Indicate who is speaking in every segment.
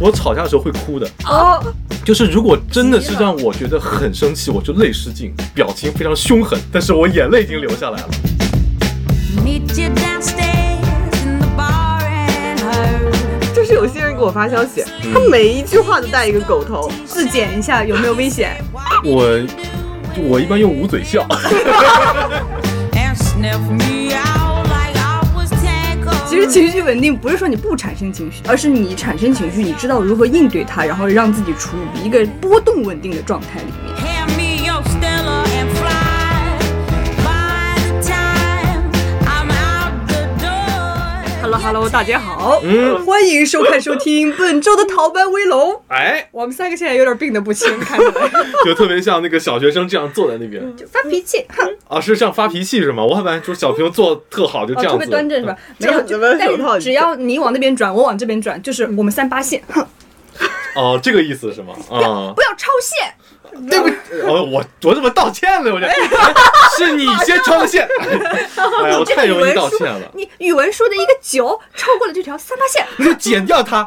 Speaker 1: 我吵架的时候会哭的，
Speaker 2: 哦，
Speaker 1: 就是如果真的是让我觉得很生气，我就泪失禁，表情非常凶狠，但是我眼泪已经流下来了。
Speaker 3: Meet you downstairs in the bar and her.
Speaker 2: 就是有些人给我发消息，
Speaker 4: 嗯
Speaker 2: 他每一句话都带一个 狗头，
Speaker 4: 质检一下有没有危险？
Speaker 1: 我就我一般用捂嘴笑，
Speaker 3: And sniff me out like I was tangled.
Speaker 4: 其实情绪稳定不是说你不产生情绪，而是你产生情绪，你知道如何应对它，然后让自己处于一个波动稳定的状态里面。
Speaker 3: Hand me your Stella and fly. By the time I'm out the door.
Speaker 4: Hello Hello，大家好，
Speaker 1: 嗯
Speaker 4: 欢迎收看收听本周的逃班威龙。
Speaker 1: 哎，
Speaker 4: 我们三个现在有点病得不轻，看起来
Speaker 1: 就特别像那个小学生这样坐在那边
Speaker 4: 嗯就发脾气，哼，
Speaker 1: 啊，是这样发脾气是吗？我还本来说小朋友坐特好，就
Speaker 4: 哦，
Speaker 1: 这样子，
Speaker 4: 特别端正是吧？没
Speaker 2: 这
Speaker 4: 有，
Speaker 2: 样子
Speaker 4: 就
Speaker 2: 的手套
Speaker 4: 但只要你往那边转，我往这边转，就是我们三八线，哼，
Speaker 1: 哦，这个意思是吗？啊，
Speaker 4: 不要超线。
Speaker 1: 对不起，哦，我我怎么道歉了？我这、哎是你先超的线，哎呀，我
Speaker 4: 这
Speaker 1: 太
Speaker 4: 个语
Speaker 1: 容易
Speaker 4: 文
Speaker 1: 道
Speaker 4: 书
Speaker 1: 歉了，，
Speaker 4: 你语文书的一个九超过了这条三八线，
Speaker 1: 你就剪掉它，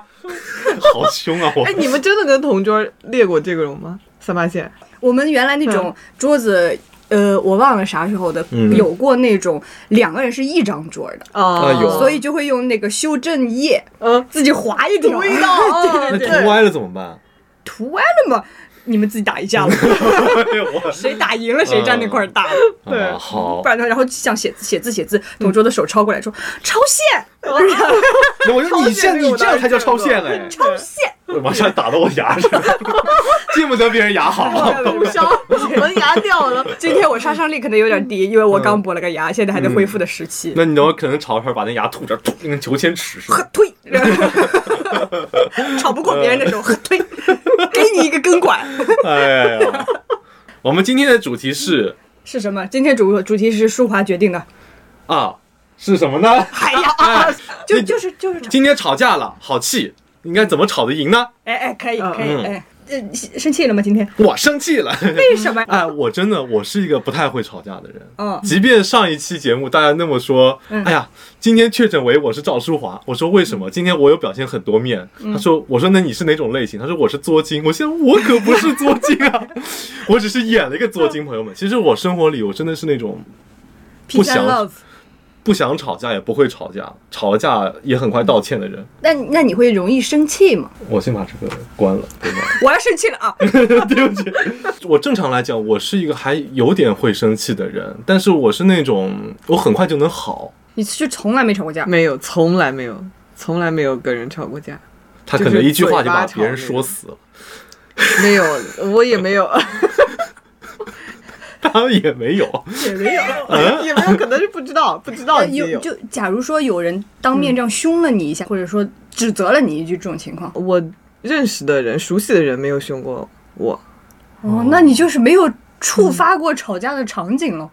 Speaker 1: 好凶啊！我
Speaker 2: 哎，你们真的跟同桌列过这种吗？三八线，
Speaker 4: 我们原来那种桌子，呃，我忘了啥时候的，
Speaker 1: 嗯
Speaker 4: 有过那种两个人是一张桌的，
Speaker 2: 啊
Speaker 1: 有
Speaker 4: 所以就会用那个修正液
Speaker 2: 嗯，
Speaker 4: 自己划一条，
Speaker 2: 涂一道啊
Speaker 4: 对
Speaker 1: 那
Speaker 4: 对
Speaker 1: 涂
Speaker 4: 对，
Speaker 1: 歪了怎么办？
Speaker 4: 涂歪了嘛，你们自己打一架了，
Speaker 1: 哎呦 我
Speaker 4: 谁打赢了谁占那块大了。
Speaker 2: 对
Speaker 1: 啊好
Speaker 4: 不，然的话，然后想写字写字写字，同桌的手抄过来说超线
Speaker 1: 那我说你
Speaker 2: 线
Speaker 1: 现
Speaker 2: 这个
Speaker 1: 你
Speaker 2: 我
Speaker 1: 这样
Speaker 2: 当然
Speaker 1: 才叫
Speaker 2: 见
Speaker 1: 超
Speaker 2: 过
Speaker 1: 限嘞，
Speaker 4: 超线，
Speaker 1: 马上打到我牙 上，见不得别人牙好。
Speaker 2: 捂伤， 门牙掉了，
Speaker 4: 今天我杀伤力可能有点低，因为我刚补了个牙，现在还在恢复的时期。
Speaker 1: 那你等会儿可能吵一会儿，把那牙吐着，吐跟求签尺似
Speaker 4: 呵
Speaker 1: 的。
Speaker 4: 推，吵不过别人的时候呵推，给你一个跟拐。
Speaker 1: 哎呀，我们今天的主题是
Speaker 4: 是什么？今天主主题是舒华决定的。
Speaker 1: 啊，是什么呢？
Speaker 4: 哎呀，
Speaker 1: 哎，
Speaker 4: 就
Speaker 1: 你
Speaker 4: 就是就是吵，
Speaker 1: 今天吵架了，好气，应该怎么吵得赢呢？
Speaker 4: 哎哎，可以
Speaker 2: 嗯
Speaker 4: 可以，
Speaker 1: 嗯
Speaker 4: 哎，呃生气了吗？今天
Speaker 1: 我生气了。
Speaker 4: 为什么？
Speaker 1: 哎，我真的我是一个不太会吵架的人。
Speaker 4: 嗯
Speaker 1: 即便上一期节目大家那么说，哎呀，今天确诊为我是赵淑华，我说为什么？今天我有表现很多面。他说，我说那你是哪种类型？他说我是作精。我现在我可不是作精啊， 我只是演了一个作精。朋友们，其实我生活里我真的是那种不
Speaker 4: Peace and
Speaker 1: 想
Speaker 4: love。
Speaker 1: 不想吵架也不会吵架，吵了架也很快道歉的人。
Speaker 4: 那那你会容易生气吗？
Speaker 1: 我先把这个关了，对吧？
Speaker 4: 我要生气了啊！
Speaker 1: 对不起，我正常来讲，我是一个还有点会生气的人，但是我是那种我很快就能好。
Speaker 4: 你是从来没吵过架？
Speaker 2: 没有，从来没有，从来没有跟人吵过 架，
Speaker 1: 他可能一句话
Speaker 2: 就是嘴
Speaker 1: 就
Speaker 2: 巴
Speaker 1: 把
Speaker 2: 吵
Speaker 1: 别人
Speaker 2: 那
Speaker 1: 说
Speaker 2: 种
Speaker 1: 死了，
Speaker 2: 没有，我也没有，
Speaker 1: 他们也没有。
Speaker 4: 也没有。
Speaker 2: 也没有，可能是不知道，不知道
Speaker 4: 呃
Speaker 2: 自己
Speaker 4: 有嗯
Speaker 2: 有。
Speaker 4: 就假如说有人当面这样凶了你一下，或者说指责了你一句这种情况，
Speaker 2: 我认识的人、熟悉的人没有凶过我，
Speaker 4: 哦，那你就是没有触发过吵架的场景了。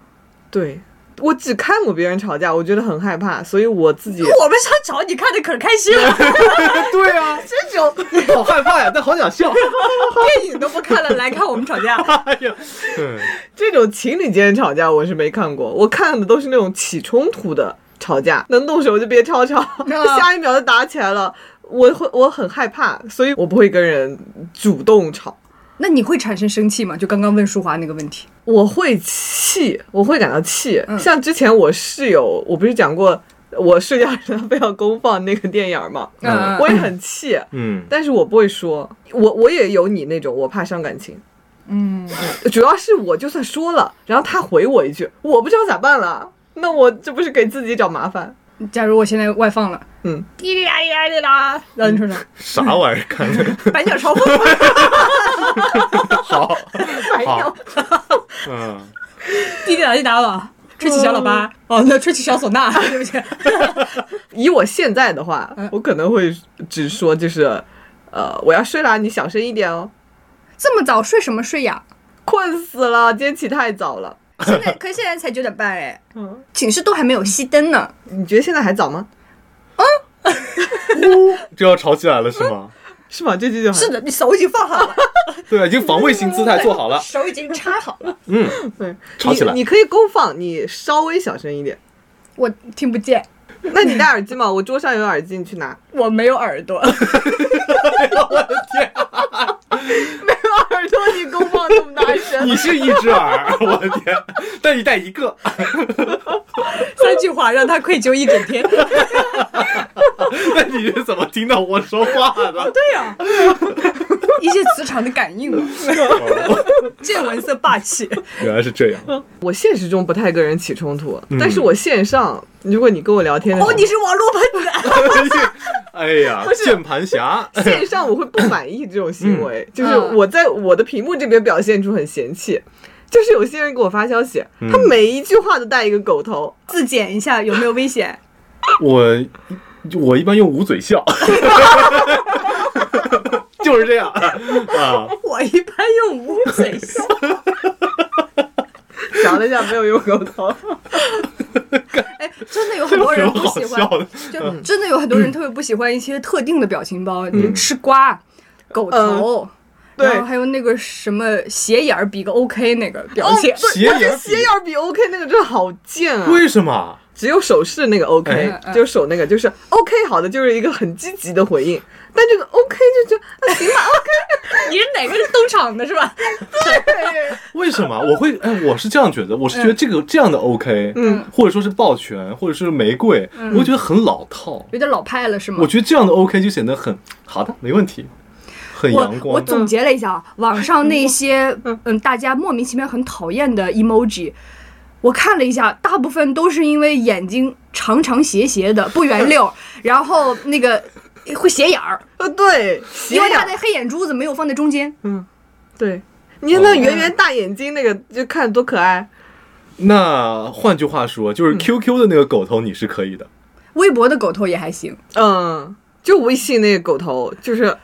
Speaker 2: 对我只看过别人吵架，我觉得很害怕，所以我自己
Speaker 4: 我们想吵，你看的可开心 了，
Speaker 1: 对啊，
Speaker 4: 这 种
Speaker 1: 好害怕呀，但啊好想笑。
Speaker 4: 电影都不看了，来看我们吵 架。
Speaker 1: 哎呀，嗯，
Speaker 2: 这种情侣间吵架我是没看过，我看的都是那种起冲突的吵架，能动手就别吵吵，
Speaker 4: 那
Speaker 2: 下一秒就打起来了。我会我很害怕，所以我不会跟人主动吵，
Speaker 4: 那你会产生生气吗？就刚刚问淑华那个问题，
Speaker 2: 我会气，我会感到气。
Speaker 4: 嗯
Speaker 2: 像之前我室友，我不是讲过我睡觉时非要公放那个电影儿吗？
Speaker 4: 呃
Speaker 1: 嗯
Speaker 2: 我也很气，
Speaker 1: 嗯，
Speaker 2: 但是我不会说，我我也有你那种，我怕伤感情。
Speaker 4: 嗯，
Speaker 2: 主要是我就算说了，然后他回我一句，我不知道咋办了，那我这不是给自己找麻烦？
Speaker 4: 假如我现在外放了，
Speaker 2: 嗯，
Speaker 4: 滴哩啦滴啦滴啦，然后你说 啥？
Speaker 1: 啥玩意儿看的？
Speaker 4: 百鸟朝凤，
Speaker 1: 好，
Speaker 2: 哎
Speaker 4: 百鸟
Speaker 1: 好，嗯，
Speaker 4: 滴滴答滴答吧。吹起小喇叭，哦，那吹起小唢呐，对不起。
Speaker 2: 以我现在的话，我可能会只说就是，呃，我要睡啦，你小声一点哦，
Speaker 4: 这么早睡什么睡呀？
Speaker 2: 困死了，今天起太早了。
Speaker 4: 现在可现在才九点半哎，
Speaker 2: 嗯，
Speaker 4: 寝室都还没有熄灯呢。
Speaker 2: 你觉得现在还早吗？
Speaker 1: 这要吵起来了是吗？
Speaker 2: 是吗？这句就好
Speaker 4: 是的，你手已经放好了，
Speaker 1: 对，啊已经防卫型姿态做好了。
Speaker 4: 手已经插好了，
Speaker 1: 嗯，
Speaker 2: 对，
Speaker 1: 吵起来
Speaker 2: 你你可以公放，你稍微小声一点。
Speaker 4: 我听不见。
Speaker 2: 那你戴耳机吗？我桌上有耳机，你去拿。
Speaker 4: 我没有耳 朵，
Speaker 1: 天啊，
Speaker 2: 没有 耳朵，你公放这么大声
Speaker 1: 你是一只耳，我的 天，但你带一个，
Speaker 4: 三句话让他愧疚一整天。对
Speaker 1: 那你是怎么听到我说话的？
Speaker 4: 呀、啊一些磁场的感应嘛，见闻色霸气。
Speaker 1: 原来是这样，
Speaker 2: 我现实中不太跟人起冲突，
Speaker 1: 嗯
Speaker 2: 但是我线上，如果你跟我聊天的时候，
Speaker 4: 哦，你是网络喷子啊，
Speaker 1: 哎 呀，键盘侠，
Speaker 2: 线上我会不满意这种行为，就是
Speaker 4: 嗯
Speaker 2: 我在我的屏幕这边表现出很嫌弃。就是有些人给我发消息，
Speaker 1: 嗯
Speaker 2: 他每一句话都带一个狗头，
Speaker 4: 自检一下有没有危险？
Speaker 1: 我我一般用捂嘴笑， 就是这样 啊。
Speaker 4: 我一般用捂嘴笑。
Speaker 2: 想了一下没有用狗头，
Speaker 4: 哎，真的有很多人不喜
Speaker 1: 有什么好
Speaker 4: 欢
Speaker 1: 笑的，
Speaker 4: 就真的有很多人特别不喜欢一些特定的表情包，比如吃瓜、狗头，
Speaker 2: 对
Speaker 4: 然后还有那个什么斜眼儿比个 OK 那个表情，
Speaker 1: 斜眼
Speaker 2: 但
Speaker 1: 儿
Speaker 2: 是斜眼儿比 OK 那个真的好贱啊！嗯
Speaker 1: 为什么？
Speaker 2: 只有手势那个 OK，、
Speaker 1: 哎
Speaker 2: 就手那个就是 OK 好的，就是一个很积极的回应。但这个 OK 就就啊行吧
Speaker 4: 你是哪个是登场的是吧？
Speaker 2: ，OK，
Speaker 1: 为什么？我会哎，我是这样觉得，我是觉得这个这样的 OK，
Speaker 2: 嗯，
Speaker 1: 或者说是抱拳，或者是玫瑰，我会觉得很老套。
Speaker 4: 有点老派了是吗
Speaker 1: 我？觉得这样的 OK 就显得很好的，没问题，很阳
Speaker 4: 我我
Speaker 1: 光。
Speaker 4: 总结了一下啊，网上那些嗯大家莫名其妙很讨厌的 emoji，我看了一下，大部分都是因为眼睛长长斜斜的不圆 溜儿，然后那个会斜眼儿，
Speaker 2: 呃对，斜
Speaker 4: 因为
Speaker 2: 眼
Speaker 4: 他
Speaker 2: 儿
Speaker 4: 的黑眼珠子没有放在中间。
Speaker 2: 嗯对，你
Speaker 4: 哦
Speaker 2: 看那圆圆大眼睛那个就看多可爱，
Speaker 1: 那换句话说，就是
Speaker 2: 嗯
Speaker 1: QQ 的那个狗头你是可以的，
Speaker 4: 微博的狗头也还行，
Speaker 2: 嗯，就微信那个狗头就是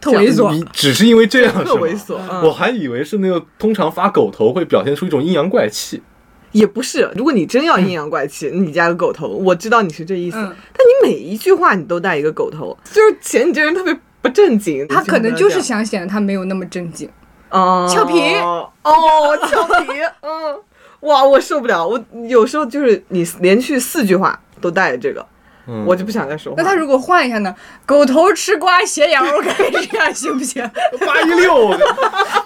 Speaker 4: 特猥
Speaker 1: 你
Speaker 4: 琐。
Speaker 1: 只是因为 这样是
Speaker 2: 特
Speaker 1: 吗
Speaker 2: 猥琐，
Speaker 1: 我
Speaker 2: 嗯，
Speaker 1: 还以为是那个通常发狗头会表现出一种阴阳怪气，
Speaker 2: 也不是。如果你真要阴阳怪气，你加个狗头，我知道你是这意思，
Speaker 4: 嗯
Speaker 2: 但你每一句话你都带一个狗头，就是显你这人特别不正经。
Speaker 4: 他可能就是
Speaker 2: 想。
Speaker 4: 想显得他没有那么正经，
Speaker 2: 哦，
Speaker 4: 俏皮
Speaker 2: 哦，俏皮，嗯，哇，我受不了，我有时候就是你连续四句话都带着这个，
Speaker 1: 嗯、
Speaker 2: 我就不想再说话。
Speaker 4: 那他如果换一下呢？狗头吃瓜，斜眼儿，我感觉这样 行不行？
Speaker 1: 八一六， 我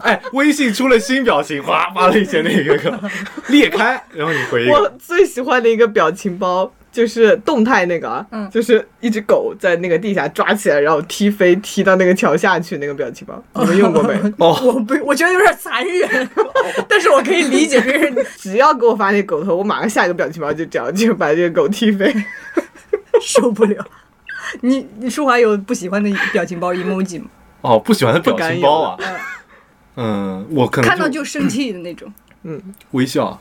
Speaker 1: 哎，微信出了新表情，哗发了一些那个个 裂开，然后你回一
Speaker 2: 我
Speaker 1: 个，
Speaker 2: 最喜欢的一个表情包就是动态那个啊，
Speaker 4: 嗯
Speaker 2: 就是一只狗在那个地下抓起来，然后踢飞，踢到那个桥下去那个表情 包，你们用过没？
Speaker 1: 哦，
Speaker 4: 我不，我觉得有点残忍， 但是我可以理解别人
Speaker 2: 只要给我发那狗头，我马上下一个表情包就这样，就把这个狗踢飞。
Speaker 4: 受不了。你你舒华有不喜欢的表情包 emoji 吗？
Speaker 1: 哦，不喜欢的表情包啊
Speaker 2: 不，
Speaker 1: 嗯，我可能
Speaker 4: 看到就生气的那种，
Speaker 1: 微笑，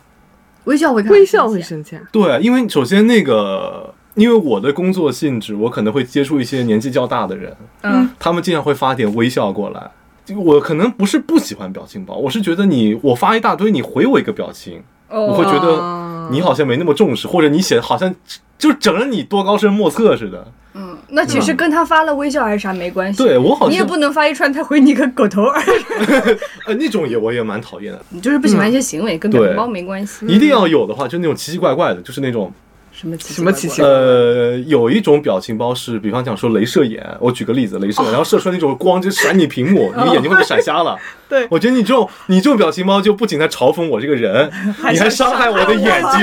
Speaker 4: 微笑会看
Speaker 2: 微笑会生气啊？
Speaker 1: 对，因为首先那个，因为我的工作性质，我可能会接触一些年纪较大的人，
Speaker 4: 嗯，
Speaker 1: 他们经常会发点微笑过来。就我可能不是不喜欢表情包，我是觉得你我发一大堆，你回我一个表情，我会
Speaker 4: 哦，
Speaker 1: 觉
Speaker 2: 哦
Speaker 1: 得你好像没那么重视，或者你显好像就整了你多高深莫测似的。
Speaker 4: 嗯，那其实跟他发了微笑还是啥没关系。
Speaker 1: 对我好像
Speaker 4: 你也不能发一串他回你个狗头儿，
Speaker 1: 呃那种也我也蛮讨厌的，
Speaker 4: 你就是不喜欢一些行为，跟表情包没关系。
Speaker 1: 一定要有的话就那种奇奇怪怪的，就是那种
Speaker 4: 什么奇
Speaker 2: 什么奇奇
Speaker 4: 怪怪
Speaker 1: 呃有一种表情包是，比方讲说镭射眼，我举个例子，镭射眼，然后射出来那种光就闪你屏幕，你眼睛会被闪瞎了。
Speaker 2: 对
Speaker 1: 我觉得你这种你这种表情包就不仅在嘲讽我这个人，你还伤害我的眼睛。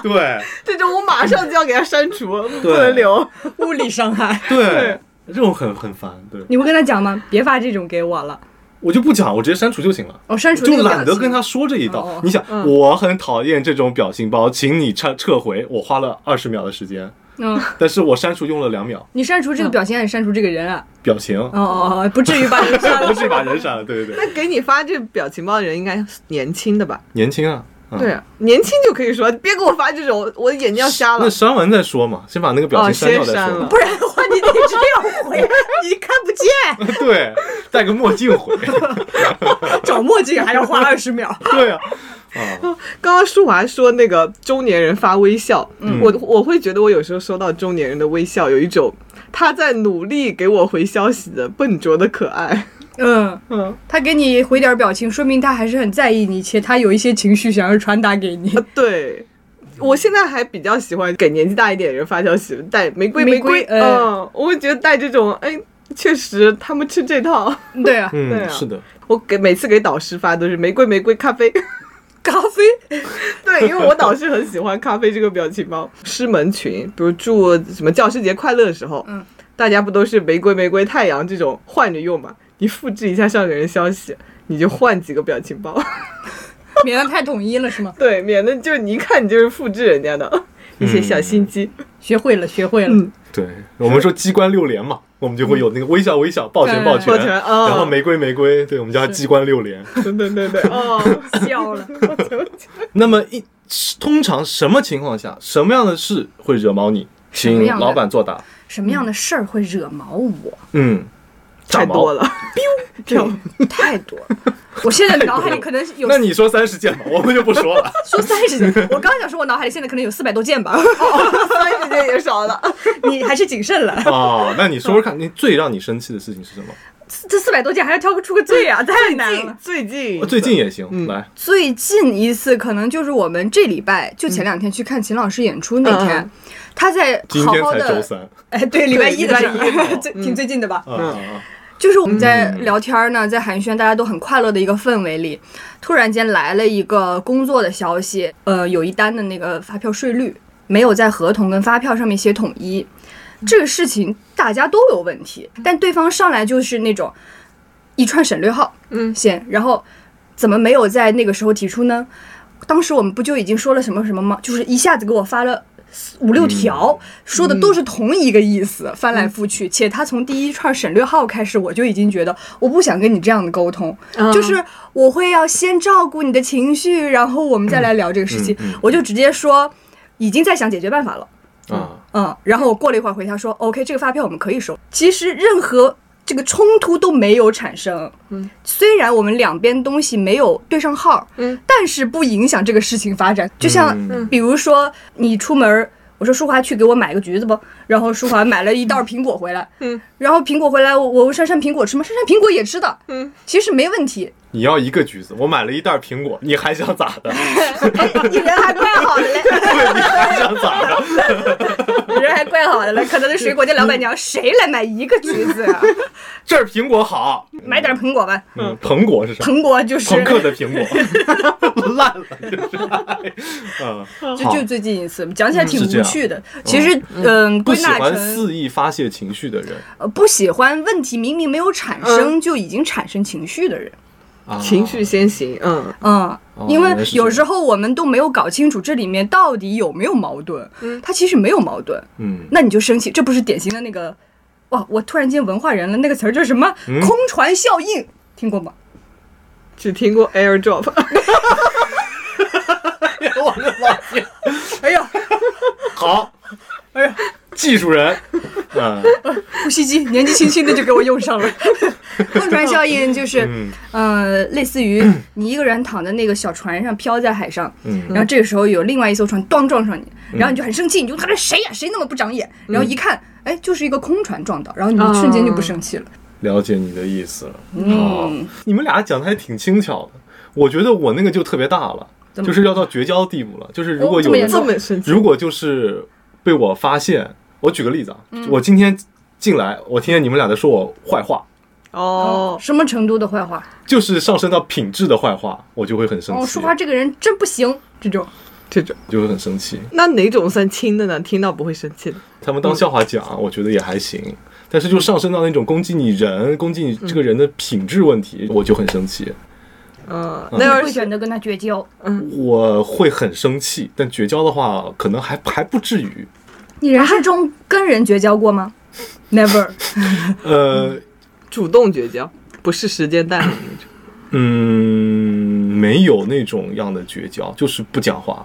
Speaker 1: 对
Speaker 2: 这种我马上就要给它删 除，不
Speaker 1: 对
Speaker 2: 能留。
Speaker 4: 物理伤害？
Speaker 1: 对，这种很很烦。对
Speaker 4: 你会跟他讲吗？别发这种给我了，
Speaker 1: 我就不讲，我直接删除就行了。
Speaker 4: 我删除那
Speaker 1: 就
Speaker 4: 个表
Speaker 1: 懒得
Speaker 4: 情
Speaker 1: 跟他说这一道。
Speaker 4: 哦
Speaker 1: 你想，
Speaker 2: 嗯
Speaker 1: 我很讨厌这种表情包，请你撤撤回。我花了二十秒的时间，
Speaker 4: 嗯，
Speaker 1: 但是我删除用了两秒
Speaker 4: 你删除这个表情还是删除这个人啊？
Speaker 1: 表情，
Speaker 4: 哦哦哦，不至于把人删了
Speaker 1: 嗯不。是把人删了。对对对，
Speaker 2: 那给你发这表情包的人应该年轻的吧？
Speaker 1: 年轻啊，嗯、
Speaker 2: 对，啊，年轻就可以说，别给我发这种，我眼睛要瞎了
Speaker 1: 那。删完再说嘛，先把那个表
Speaker 2: 啊哦
Speaker 1: 情删掉
Speaker 2: 先
Speaker 1: 再
Speaker 2: 删
Speaker 1: 说。
Speaker 2: 了
Speaker 4: 不然的话你得这样回，你看不见，
Speaker 1: 对，戴个墨镜 回。
Speaker 4: 找墨镜还要花二十 秒。
Speaker 1: 对啊，啊，
Speaker 2: 刚刚舒华说那个中年人发微笑，我我会觉得我有时候收到中年人的微笑，有一种他在努力给我回消息的笨拙的可爱。
Speaker 4: 嗯，
Speaker 2: 嗯，
Speaker 4: 他给你回 点表情，说明他还是很在意你，且他有一些情绪想要传达给你。
Speaker 2: 对，我现在还比较喜欢给年纪大一点的人发消息，带玫瑰
Speaker 4: 玫
Speaker 2: 瑰，
Speaker 4: 瑰
Speaker 2: 嗯、我会觉得带这种，哎，确实他们吃这套。
Speaker 4: 对啊，
Speaker 2: 对啊
Speaker 1: 嗯，是的，
Speaker 2: 我给每次给导师发都是玫瑰玫瑰咖啡，
Speaker 4: 咖啡，
Speaker 2: 对，因为我导师很喜欢咖啡这个表情包。师门群，比如祝什么教师节快乐的时候，
Speaker 4: 嗯，
Speaker 2: 大家不都是玫瑰玫瑰太阳这种换着用嘛？你复制一下上面人消息，你就换几个表情包。
Speaker 4: 免得太统一了是吗？
Speaker 2: 对，免得就你一看你就是复制人家的一些小心机。
Speaker 4: 学会了，学会了。
Speaker 2: 嗯
Speaker 1: 对，我们说机关六连嘛，我们就会有那个微笑微笑、抱拳
Speaker 4: 对
Speaker 1: 抱拳，
Speaker 2: 抱拳啊
Speaker 1: 然后玫瑰玫瑰，对我们叫它机关六连。
Speaker 2: 对对对对， 哦，
Speaker 4: 笑了，
Speaker 2: 我就
Speaker 1: 那么一通常什么情况下，什么样的事会惹毛你？
Speaker 4: 什么
Speaker 1: 请
Speaker 4: 样的
Speaker 1: 老板作答。
Speaker 4: 什么样的事儿会惹毛我？
Speaker 1: 嗯，
Speaker 2: 太
Speaker 1: 长毛
Speaker 2: 多。了，
Speaker 4: 这太多了。我现在脑海里可能 有
Speaker 1: 那你说三十 件吧，我们就不说了。
Speaker 4: 说三十件，我刚想说，我脑海里现在可能有四百多件吧。哦
Speaker 2: 三十件也少了。
Speaker 4: 你还是谨慎了，
Speaker 1: 哦，那你说说看，你最让你生气的事情是什么？
Speaker 4: 这四百多件还要挑不出个最啊，太难了。
Speaker 2: 最近
Speaker 1: 哦最近也行，
Speaker 2: 嗯
Speaker 1: 来，
Speaker 4: 最近一次可能就是我们这礼拜，就前两天去看秦老师演出那天，
Speaker 2: 嗯
Speaker 4: 他在
Speaker 1: 今
Speaker 4: 好
Speaker 1: 天
Speaker 4: 好
Speaker 1: 才周
Speaker 4: 的，
Speaker 1: 三
Speaker 4: 哎，对，礼拜一的事
Speaker 2: 礼拜
Speaker 4: 儿，最挺最近的吧？
Speaker 2: 嗯
Speaker 1: 啊啊，啊
Speaker 4: 就是我们在
Speaker 1: 嗯
Speaker 4: 聊天儿呢，在寒暄，大家都很快乐的一个氛围里，突然间来了一个工作的消息，呃，有一单的那个发票税率没有在合同跟发票上面写统一，这个事情大家都有问题，但对方上来就是那种一串省略号，
Speaker 2: 嗯
Speaker 4: 先，然后怎么没有在那个时候提出呢？当时我们不就已经说了什么什么吗？就是一下子给我发了。五六条、说的都是同一个意思，翻来覆去，且他从第一串省略号开始，我就已经觉得我不想跟你这样的沟通，
Speaker 1: 嗯
Speaker 4: 就是我会要先照顾你的情绪，然后我们再来聊这个事情。
Speaker 1: 嗯嗯嗯
Speaker 4: 我就直接说，已经在想解决办法了。
Speaker 1: 啊，
Speaker 4: 嗯，然后我过了一会儿回他说，OK，这个发票我们可以收。其实任何这个冲突都没有产生。
Speaker 2: 嗯，
Speaker 4: 虽然我们两边东西没有对上号，
Speaker 2: 嗯，
Speaker 4: 但是不影响这个事情发展。就像
Speaker 1: 嗯
Speaker 4: 比如说你出门儿。我说淑华去给我买个橘子不？然后淑华买了一袋儿苹果回来，
Speaker 2: 嗯，
Speaker 4: 然后苹果回来，我我问珊珊苹果吃吗？珊珊苹果也吃的，
Speaker 2: 嗯，
Speaker 4: 其实没问题，
Speaker 1: 你要一个橘子，我买了一袋苹果，你还想咋的？
Speaker 4: 你人还怪好 的嘞，
Speaker 1: 对，你还想咋的？
Speaker 4: 你人还怪好的嘞，可能那水果店老板娘谁来买一个橘子 啊？
Speaker 1: 这儿苹果好，
Speaker 4: 买点儿苹果吧，
Speaker 1: 嗯，彭果是啥？
Speaker 4: 彭博就是
Speaker 1: 朋克的苹果，烂了就是哎，嗯，
Speaker 4: 就
Speaker 1: 好嗯
Speaker 4: 就最近一次，讲起来挺
Speaker 1: 是这
Speaker 4: 无
Speaker 1: 样
Speaker 4: 趣的。其实，嗯，
Speaker 1: 不
Speaker 4: 归
Speaker 1: 喜
Speaker 4: 纳
Speaker 1: 欢
Speaker 4: 成
Speaker 1: 肆意发泄情绪的人
Speaker 4: 呃不喜欢问题明明没有产
Speaker 1: 嗯
Speaker 4: 生就已经产生情绪的人，
Speaker 1: 啊，
Speaker 2: 情绪先行，嗯，
Speaker 4: 嗯
Speaker 1: 哦，
Speaker 4: 因为
Speaker 1: 原来是这样
Speaker 4: 有时候我们都没有搞清楚这里面到底有没有矛盾，它其实没有矛盾，
Speaker 1: 嗯，
Speaker 4: 那你就生气，这不是典型的那个哇，我突然间文化人了，那个词儿叫什么？
Speaker 1: 嗯
Speaker 4: 空传效应，听过吗？
Speaker 2: 只听过 AirDrop，
Speaker 1: 我的老天，
Speaker 4: 哎呀，
Speaker 1: 好，
Speaker 4: 哎呀，
Speaker 1: 技术人，嗯
Speaker 4: 呼吸机，年纪轻轻的就给我用 上了。空船效应就是，
Speaker 1: 嗯
Speaker 4: 呃，类似于你一个人躺在那个小船上飘在海上，
Speaker 1: 嗯
Speaker 4: 然后这个时候有另外一艘船咣撞上你，然后你就很生气，你就看这谁呀、谁那么不长眼？
Speaker 1: 嗯
Speaker 4: 然后一看，哎，就是一个空船撞到，然后你
Speaker 2: 哦
Speaker 4: 瞬间就不生气了。
Speaker 1: 了解你的意思了。
Speaker 4: 嗯，
Speaker 1: 你们俩讲的还挺轻巧的，我觉得我那个就特别大了，
Speaker 4: 怎么
Speaker 1: 就是要到绝交地步了。就是如
Speaker 4: 哦
Speaker 1: 果
Speaker 4: 这
Speaker 1: 有
Speaker 4: 么
Speaker 1: 人
Speaker 4: 严重
Speaker 2: 这么生气，
Speaker 1: 如果就是被我发现，我举个例子啊，
Speaker 4: 嗯
Speaker 1: 我今天进来，我听见你们俩在说我坏话，
Speaker 2: 哦，
Speaker 4: 什么程度的坏话？
Speaker 1: 就是上升到品质的坏话，我就会很生
Speaker 4: 哦，
Speaker 1: 气，
Speaker 4: 说话这个人真不行，这种。
Speaker 2: 这种，
Speaker 1: 就会很生气。
Speaker 2: 那哪种算轻的呢？听到不会生气的，
Speaker 1: 嗯他们当笑话讲，我觉得也还行。但是就上升到那种攻击你人、攻击你这个人的品质问题，我就很生气，
Speaker 2: 嗯，
Speaker 4: 你
Speaker 2: 那要
Speaker 4: 会
Speaker 2: 是
Speaker 4: 选择跟他绝交？
Speaker 1: 我会很生气。但绝交的话，可能还还不至于。
Speaker 4: 你人生中跟人绝交过吗？Never。
Speaker 1: 呃，
Speaker 2: 主动绝交，不是时间带的那种，
Speaker 1: 嗯，没有那种样的绝交，就是不讲话，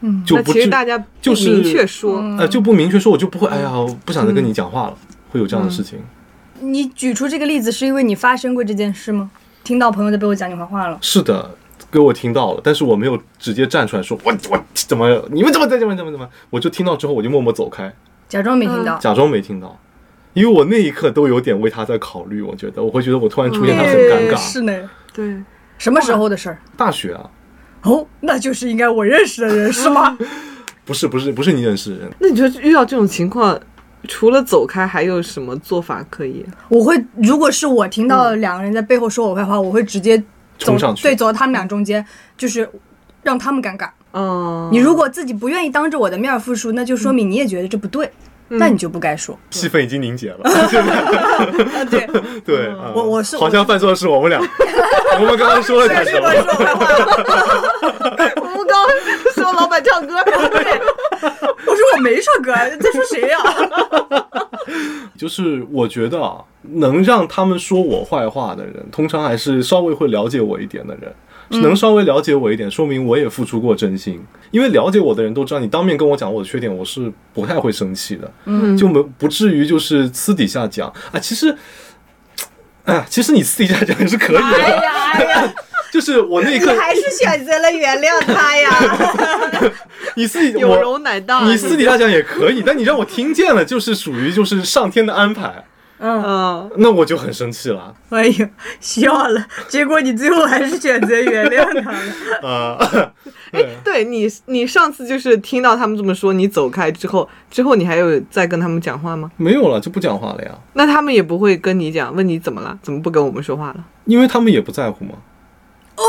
Speaker 4: 嗯
Speaker 1: 就
Speaker 2: 那
Speaker 1: 不
Speaker 2: 其实
Speaker 1: 至
Speaker 2: 大家不
Speaker 1: 就是
Speaker 2: 明确说，
Speaker 1: 呃就不明确说，我就不会，哎呀，我不想再跟你讲话了，会有这样的事情。
Speaker 4: 你举出这个例子是因为你发生过这件事吗？听到朋友在背后讲你坏话了？
Speaker 1: 是的，给我听到了，但是我没有直接站出来说，我我怎么你们怎么在这么怎么怎么，我就听到之后我就默默走开，
Speaker 4: 假装没听到。
Speaker 1: 假装没听到，因为我那一刻都有点为他在考虑，我觉得我会觉得我突然出现他很尴
Speaker 4: 哎
Speaker 1: 尬。
Speaker 4: 是呢，
Speaker 2: 对，
Speaker 4: 什么时候的事儿？
Speaker 1: 大学啊，
Speaker 4: 哦，那就是应该我认识的人是吗？
Speaker 1: 不是不是不是你认识的人，
Speaker 2: 那你觉得遇到这种情况，除了走开，还有什么做法可以？
Speaker 4: 我会，如果是我听到两个人在背后说我坏话，我会直接走
Speaker 1: 冲上去
Speaker 4: 对，走到他们俩中间，就是让他们尴尬。
Speaker 2: 嗯，
Speaker 4: 你如果自己不愿意当着我的面儿复述，那就说明你也觉得这不对，
Speaker 1: 嗯
Speaker 4: 那你就不该说。
Speaker 1: 气氛已经凝结了。 现在
Speaker 4: 啊对，
Speaker 1: 对，嗯
Speaker 4: 我我是
Speaker 1: 好像犯错的是我们俩， 我们刚刚说了点什么？
Speaker 2: 说坏话了。我们刚刚说老板唱歌，
Speaker 4: 我说我没唱 歌，在说谁啊呀、
Speaker 1: 就是我觉得啊，能让他们说我坏话的人，通常还是稍微会了解我一点的人。
Speaker 2: 嗯
Speaker 1: 能稍微了解我一点，说明我也付出过真心。因为了解我的人都知道，你当面跟我讲我的缺点，我是不太会生气的，
Speaker 2: 嗯
Speaker 1: 就没不至于就是私底下讲啊。其实，哎，其实你私底下讲也是可以
Speaker 4: 哎
Speaker 1: 的。
Speaker 4: 呀哎呀，
Speaker 1: 就是我 那一
Speaker 4: 你
Speaker 1: 刻，
Speaker 4: 还是选择了原谅他呀？
Speaker 1: 你自己
Speaker 2: 有
Speaker 1: 我
Speaker 2: 容乃大。
Speaker 1: 你私底下讲也可以，但你让我听见了，就是属于就是上天的安排，
Speaker 4: 嗯，
Speaker 2: 嗯，
Speaker 1: 那我就很生气了。
Speaker 4: 哎呀，笑了。结果你最后还是选择原谅他了。
Speaker 1: 呃，
Speaker 2: 对你，你上次就是听到他们这么说，你走开之后，之后你还有再跟他们讲话吗？
Speaker 1: 没有了就不讲话了呀，
Speaker 2: 那他们也不会跟你讲，问你怎么了，怎么不跟我们说话了？
Speaker 1: 因为他们也不在乎嘛。
Speaker 4: 哦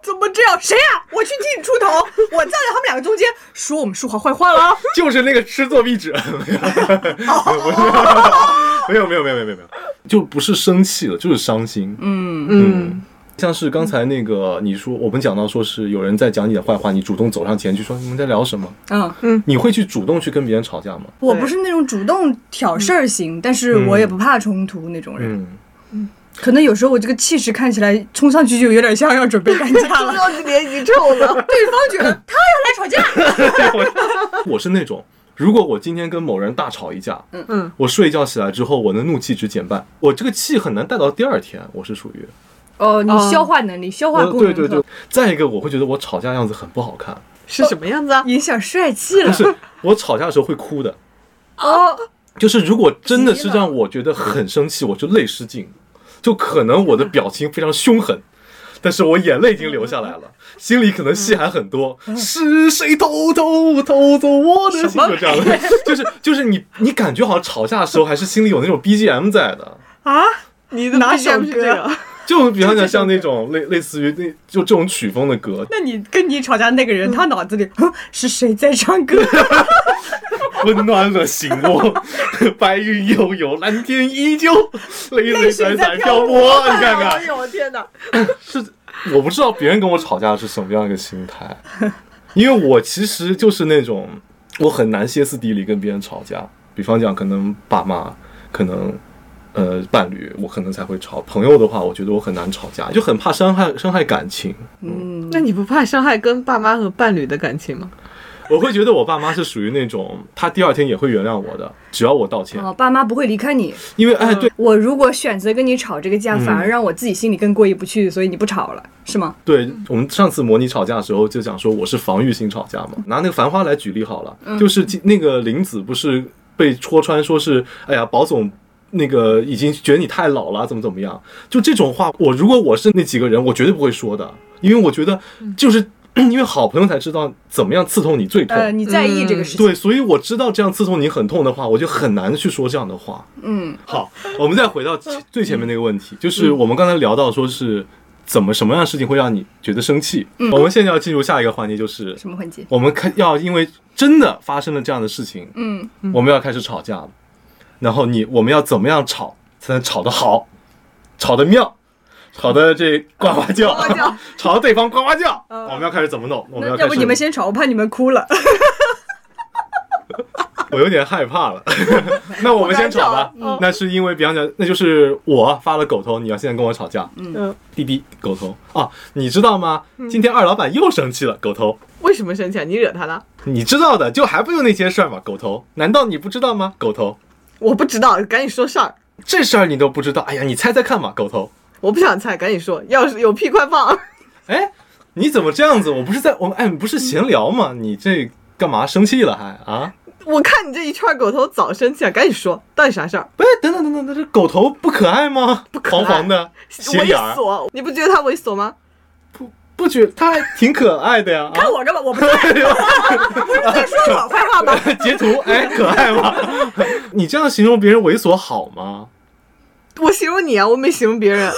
Speaker 4: 怎么这样？谁呀、我去替你出头， 我站在他们两个中间，说我们淑华坏话了。
Speaker 1: 就是那个吃作弊 者，没有没有没有没有没有没有没有，就不是生气了，就是伤心。
Speaker 4: 嗯，
Speaker 2: 嗯，
Speaker 1: 像是刚才那个你说，我们讲到说是有人在讲你的坏话，你主动走上前去说你们在聊什么，
Speaker 4: 嗯，
Speaker 1: 你会去主动去跟别人吵架吗？
Speaker 4: 我不是那种主动挑事儿型，但是我也不怕冲突那种人。
Speaker 1: 嗯，
Speaker 4: 可能有时候我这个气势看起来冲上去就有点像要准备干架 了，
Speaker 2: 着急 脸已臭了。
Speaker 4: 对方觉得他要来吵架。
Speaker 1: 我是那种，如果我今天跟某人大吵一架，嗯
Speaker 2: 嗯，
Speaker 1: 我睡一觉起来之后，我的怒气值减半，我这个气很难带到第二天，我是属于，
Speaker 4: 哦，你
Speaker 2: 消
Speaker 4: 消化能力、消化
Speaker 1: 我
Speaker 4: 功
Speaker 1: 对
Speaker 4: 能
Speaker 1: 呃对对，再一个我会觉得我吵架样子很不好看，
Speaker 2: 是什么样子啊？
Speaker 4: 影响帅气
Speaker 1: 不
Speaker 4: 了。
Speaker 1: 是我吵架的时候会哭的，
Speaker 4: 哦，
Speaker 1: 就是如果真的是
Speaker 4: 急了
Speaker 1: 让我觉得很生气，我就泪失禁，就可能我的
Speaker 4: 嗯
Speaker 1: 表情非常凶狠。但是我眼泪已经流下来了，
Speaker 4: 嗯
Speaker 1: 心里可能戏还很多。是谁偷偷偷走我的心？就这样的，就是就是你你感觉好像吵架的时候还是心里有那种 BGM 在的，
Speaker 4: 啊，
Speaker 2: 你的
Speaker 4: 哪
Speaker 2: BGM
Speaker 4: 首
Speaker 2: 是
Speaker 4: 歌
Speaker 2: 这个？
Speaker 1: 就比方讲像那种类类似于那就这种曲风的歌，
Speaker 4: 那你跟你吵架那个人，他脑子里哼是谁在唱歌？
Speaker 1: 温暖了心窝， 白云悠悠，蓝天依旧， 泪水闪闪漂 泊。你看看
Speaker 2: 哎，呦我天哪！
Speaker 1: 是我不知道别人跟我吵架是什么样一个心态，因为我其实就是那种我很难歇斯底里跟别人吵架，比方讲可能爸妈，可能呃伴侣，我可能才会吵。朋友的话，我觉得我很难吵架，就很怕伤害伤害感情。
Speaker 4: 嗯，
Speaker 2: 那你不怕伤害跟爸妈和伴侣的感情吗？
Speaker 1: 我会觉得我爸妈是属于那种他第二天也会原谅我的，只要我道歉，
Speaker 4: 哦，爸妈不会离开你。
Speaker 1: 因为哎对
Speaker 4: 我如果选择跟你吵这个
Speaker 1: 嗯
Speaker 4: 架，反而让我自己心里更过意不去，所以你不吵了，是吗？
Speaker 1: 对，我们上次模拟吵架的时候就讲说我是防御型吵架嘛，拿那个《繁花》来举例好了，就是今那个林子不是被戳穿说是，哎呀，保总。那个已经觉得你太老了，怎么怎么样？就这种话，我如果我是那几个人，我绝对不会说的，因为我觉得就是 因为好朋友才知道怎么样刺痛你最痛。
Speaker 4: 呃，你在意这个事情。
Speaker 1: 对，所以我知道这样刺痛你很痛的话，我就很难去说这样的话。
Speaker 4: 嗯，
Speaker 1: 好，我们再回到其最前面那个问题，就是我们刚才聊到说是怎么什么样的事情会让你觉得生气。
Speaker 4: 嗯
Speaker 1: 我们现在要进入下一个环节，就是
Speaker 4: 什么环节？
Speaker 1: 我们开要因为真的发生了这样的事情，
Speaker 4: 嗯，
Speaker 1: 我们要开始吵架了。然后你我们要怎么样吵才能吵得好，吵得妙，吵得这呱呱叫， 吵得对方呱呱叫。我们要开始怎么弄？我们
Speaker 4: 嗯那
Speaker 1: 要
Speaker 4: 要
Speaker 1: 开
Speaker 4: 不
Speaker 1: 始，
Speaker 4: 你们先吵，我怕你们哭了。
Speaker 1: 我有点害怕了。那我们啊先吵吧。那是因为，比方讲，那就是我发了狗头，你要现在跟我吵架。
Speaker 2: 嗯，
Speaker 1: 滴滴狗头啊，你知道吗？今天二老板又生气了，狗头。
Speaker 2: 为什么生气啊？你惹他了？
Speaker 1: 你知道的，就还不就那些事儿吗？狗头，难道你不知道吗？狗头，
Speaker 2: 我不知道，赶紧说事儿。
Speaker 1: 这事儿你都不知道？哎呀，你猜猜看嘛，狗头。
Speaker 2: 我不想猜，赶紧说。要是有屁快放。啊
Speaker 1: 哎，你怎么这样子？我不是在我们哎，不是闲聊吗？你这干嘛生气了还啊？
Speaker 2: 我看你这一圈狗头早生气了，啊赶紧说，到底啥事儿？
Speaker 1: 哎，等等等等，那这狗头不可爱吗？不
Speaker 2: 可爱
Speaker 1: 黄黄的，斜
Speaker 2: 猥
Speaker 1: 眼儿，
Speaker 2: 琐，你不觉得他猥琐吗？
Speaker 1: 不觉他还挺可爱的呀。啊
Speaker 4: 看我干嘛？我不在，不是在说我坏话吗？
Speaker 1: 啊 截图，哎，可爱吗？ 你这样形容别人猥琐好吗？
Speaker 2: 我形容你啊，我没形容别人。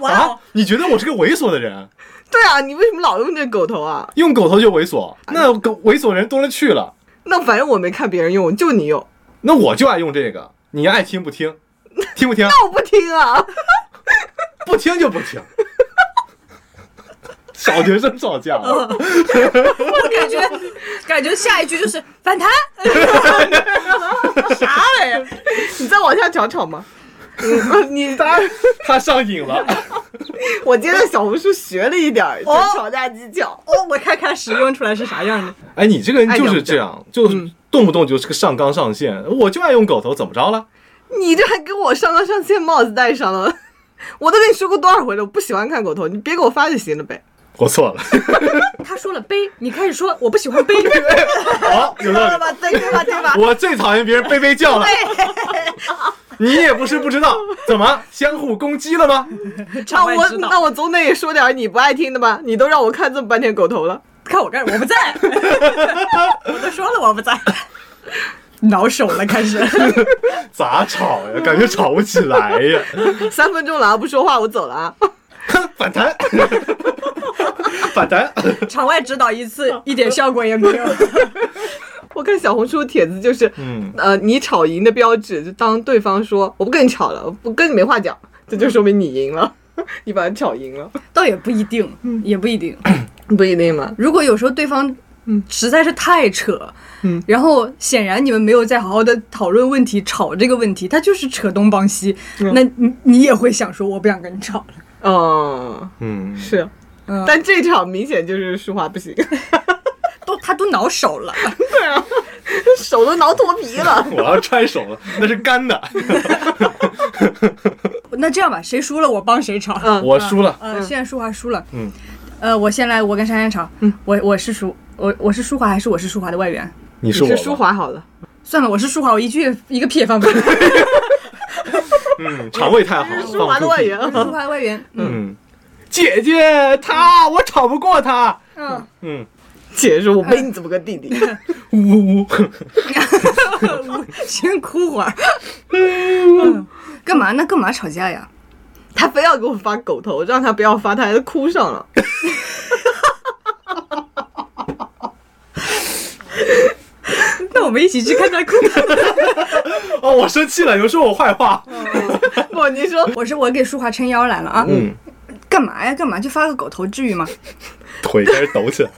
Speaker 4: 哇哦
Speaker 1: 啊，你觉得我是个猥琐的人？
Speaker 2: 对啊，你为什么老用这狗头啊？
Speaker 1: 用狗头就猥
Speaker 4: 啊
Speaker 1: 琐，那狗猥琐人多了去了。
Speaker 2: 那反正我没看别人用，就你用。哦
Speaker 1: 那我就爱用这个，你爱听不听？听不听？
Speaker 2: 我不听啊，
Speaker 1: 不听就不听。 小学生吵架啊，
Speaker 4: 嗯我感觉 感觉下一句就是反弹。 啥玩意儿？
Speaker 2: 你再往下找找嘛。嗯，你当然，
Speaker 1: 他上瘾了。
Speaker 2: 我今天在小红书学了一点儿
Speaker 4: 哦
Speaker 2: 吵架技巧。
Speaker 4: 哦，我看看使用出来是啥样的。
Speaker 1: 哎，你这个人就是这样，就是
Speaker 4: 嗯
Speaker 1: 动不动就是个上纲上线。我就爱用狗头，怎么着了？
Speaker 2: 你这还给我上纲上线，帽子戴上了。我都跟你说过多少回了，我不喜欢看狗头，你别给我发就行了呗。
Speaker 1: 我错 了，
Speaker 4: 他说了背，你开始说我不喜欢背，
Speaker 1: 好，有道理。
Speaker 4: 吧？对对吧？对吧？
Speaker 1: 我最讨厌别人背背叫了。你也不是不知道，怎么相互攻击了吗？
Speaker 2: 那
Speaker 4: 场外
Speaker 2: 我
Speaker 4: 指导
Speaker 2: 那我总得说点儿你不爱听的吧？你都让我看这么半天狗头了，
Speaker 4: 看我干什么？我不在， 我都说了我不在， 挠手了开始。
Speaker 1: 咋吵呀？感觉吵不起来呀。
Speaker 2: 三分钟了啊，不说话我走了啊。
Speaker 1: 反弹， 反弹。
Speaker 4: 场外指导一
Speaker 2: 嗯
Speaker 4: 次一点效果也没有。
Speaker 2: 我看小红书帖子就是，
Speaker 1: 嗯
Speaker 2: 呃，你吵赢的标志，就当对方说我不跟你吵了，我不跟你没话讲，这就说明你赢了， 你把他吵赢了，
Speaker 4: 倒也不一定，
Speaker 2: 嗯
Speaker 4: 也不一定。
Speaker 2: 不一定嘛。
Speaker 4: 如果有时候对方实在是太扯，
Speaker 2: 嗯
Speaker 4: 然后显然你们没有再好好的讨论问题、吵这个问题，他就是扯东帮西，那你你也会想说我不想跟你吵了。
Speaker 2: 嗯，
Speaker 1: 嗯，
Speaker 2: 是，
Speaker 4: 嗯
Speaker 2: 但这场明显就是淑华不行，
Speaker 4: 都他都挠手了，
Speaker 2: 手都挠脱皮了。
Speaker 1: 我要揣手了，那是干的。
Speaker 4: 那这样吧，谁输了我帮谁吵。
Speaker 2: 嗯，
Speaker 1: 我输了，
Speaker 4: 呃，
Speaker 2: 嗯
Speaker 4: 现在舒华输了。
Speaker 1: 嗯，
Speaker 4: 呃，我先来，我跟珊珊吵。嗯，我我是舒，我我是舒华还是我是舒华的外援？
Speaker 1: 你
Speaker 2: 你
Speaker 1: 是我
Speaker 2: 是
Speaker 1: 吧
Speaker 2: 淑华好了，
Speaker 4: 算了，我是舒华，我一句也一个屁也放 不出来。
Speaker 1: 嗯，肠胃太好，
Speaker 2: 淑华的外援。
Speaker 4: 我 是舒华的外援。嗯
Speaker 1: 嗯，姐姐，他我吵不过他。
Speaker 4: 嗯，
Speaker 1: 嗯，
Speaker 2: 姐说：“我没你怎么个弟 弟。
Speaker 1: 呜呜 呜，
Speaker 4: 我 先哭会儿。嗯干嘛呢？干嘛吵架呀？
Speaker 2: 他非要给我发狗头，让他不要发，他还哭上了。
Speaker 4: 那我们一起去看他哭。
Speaker 1: 哦，我生气了，你们说我坏话。
Speaker 2: 不，你说
Speaker 4: 我是我给舒华撑腰来了啊！
Speaker 1: 嗯，
Speaker 4: 干嘛呀？干嘛？就发个狗头，至于吗？
Speaker 1: 腿开始抖起来。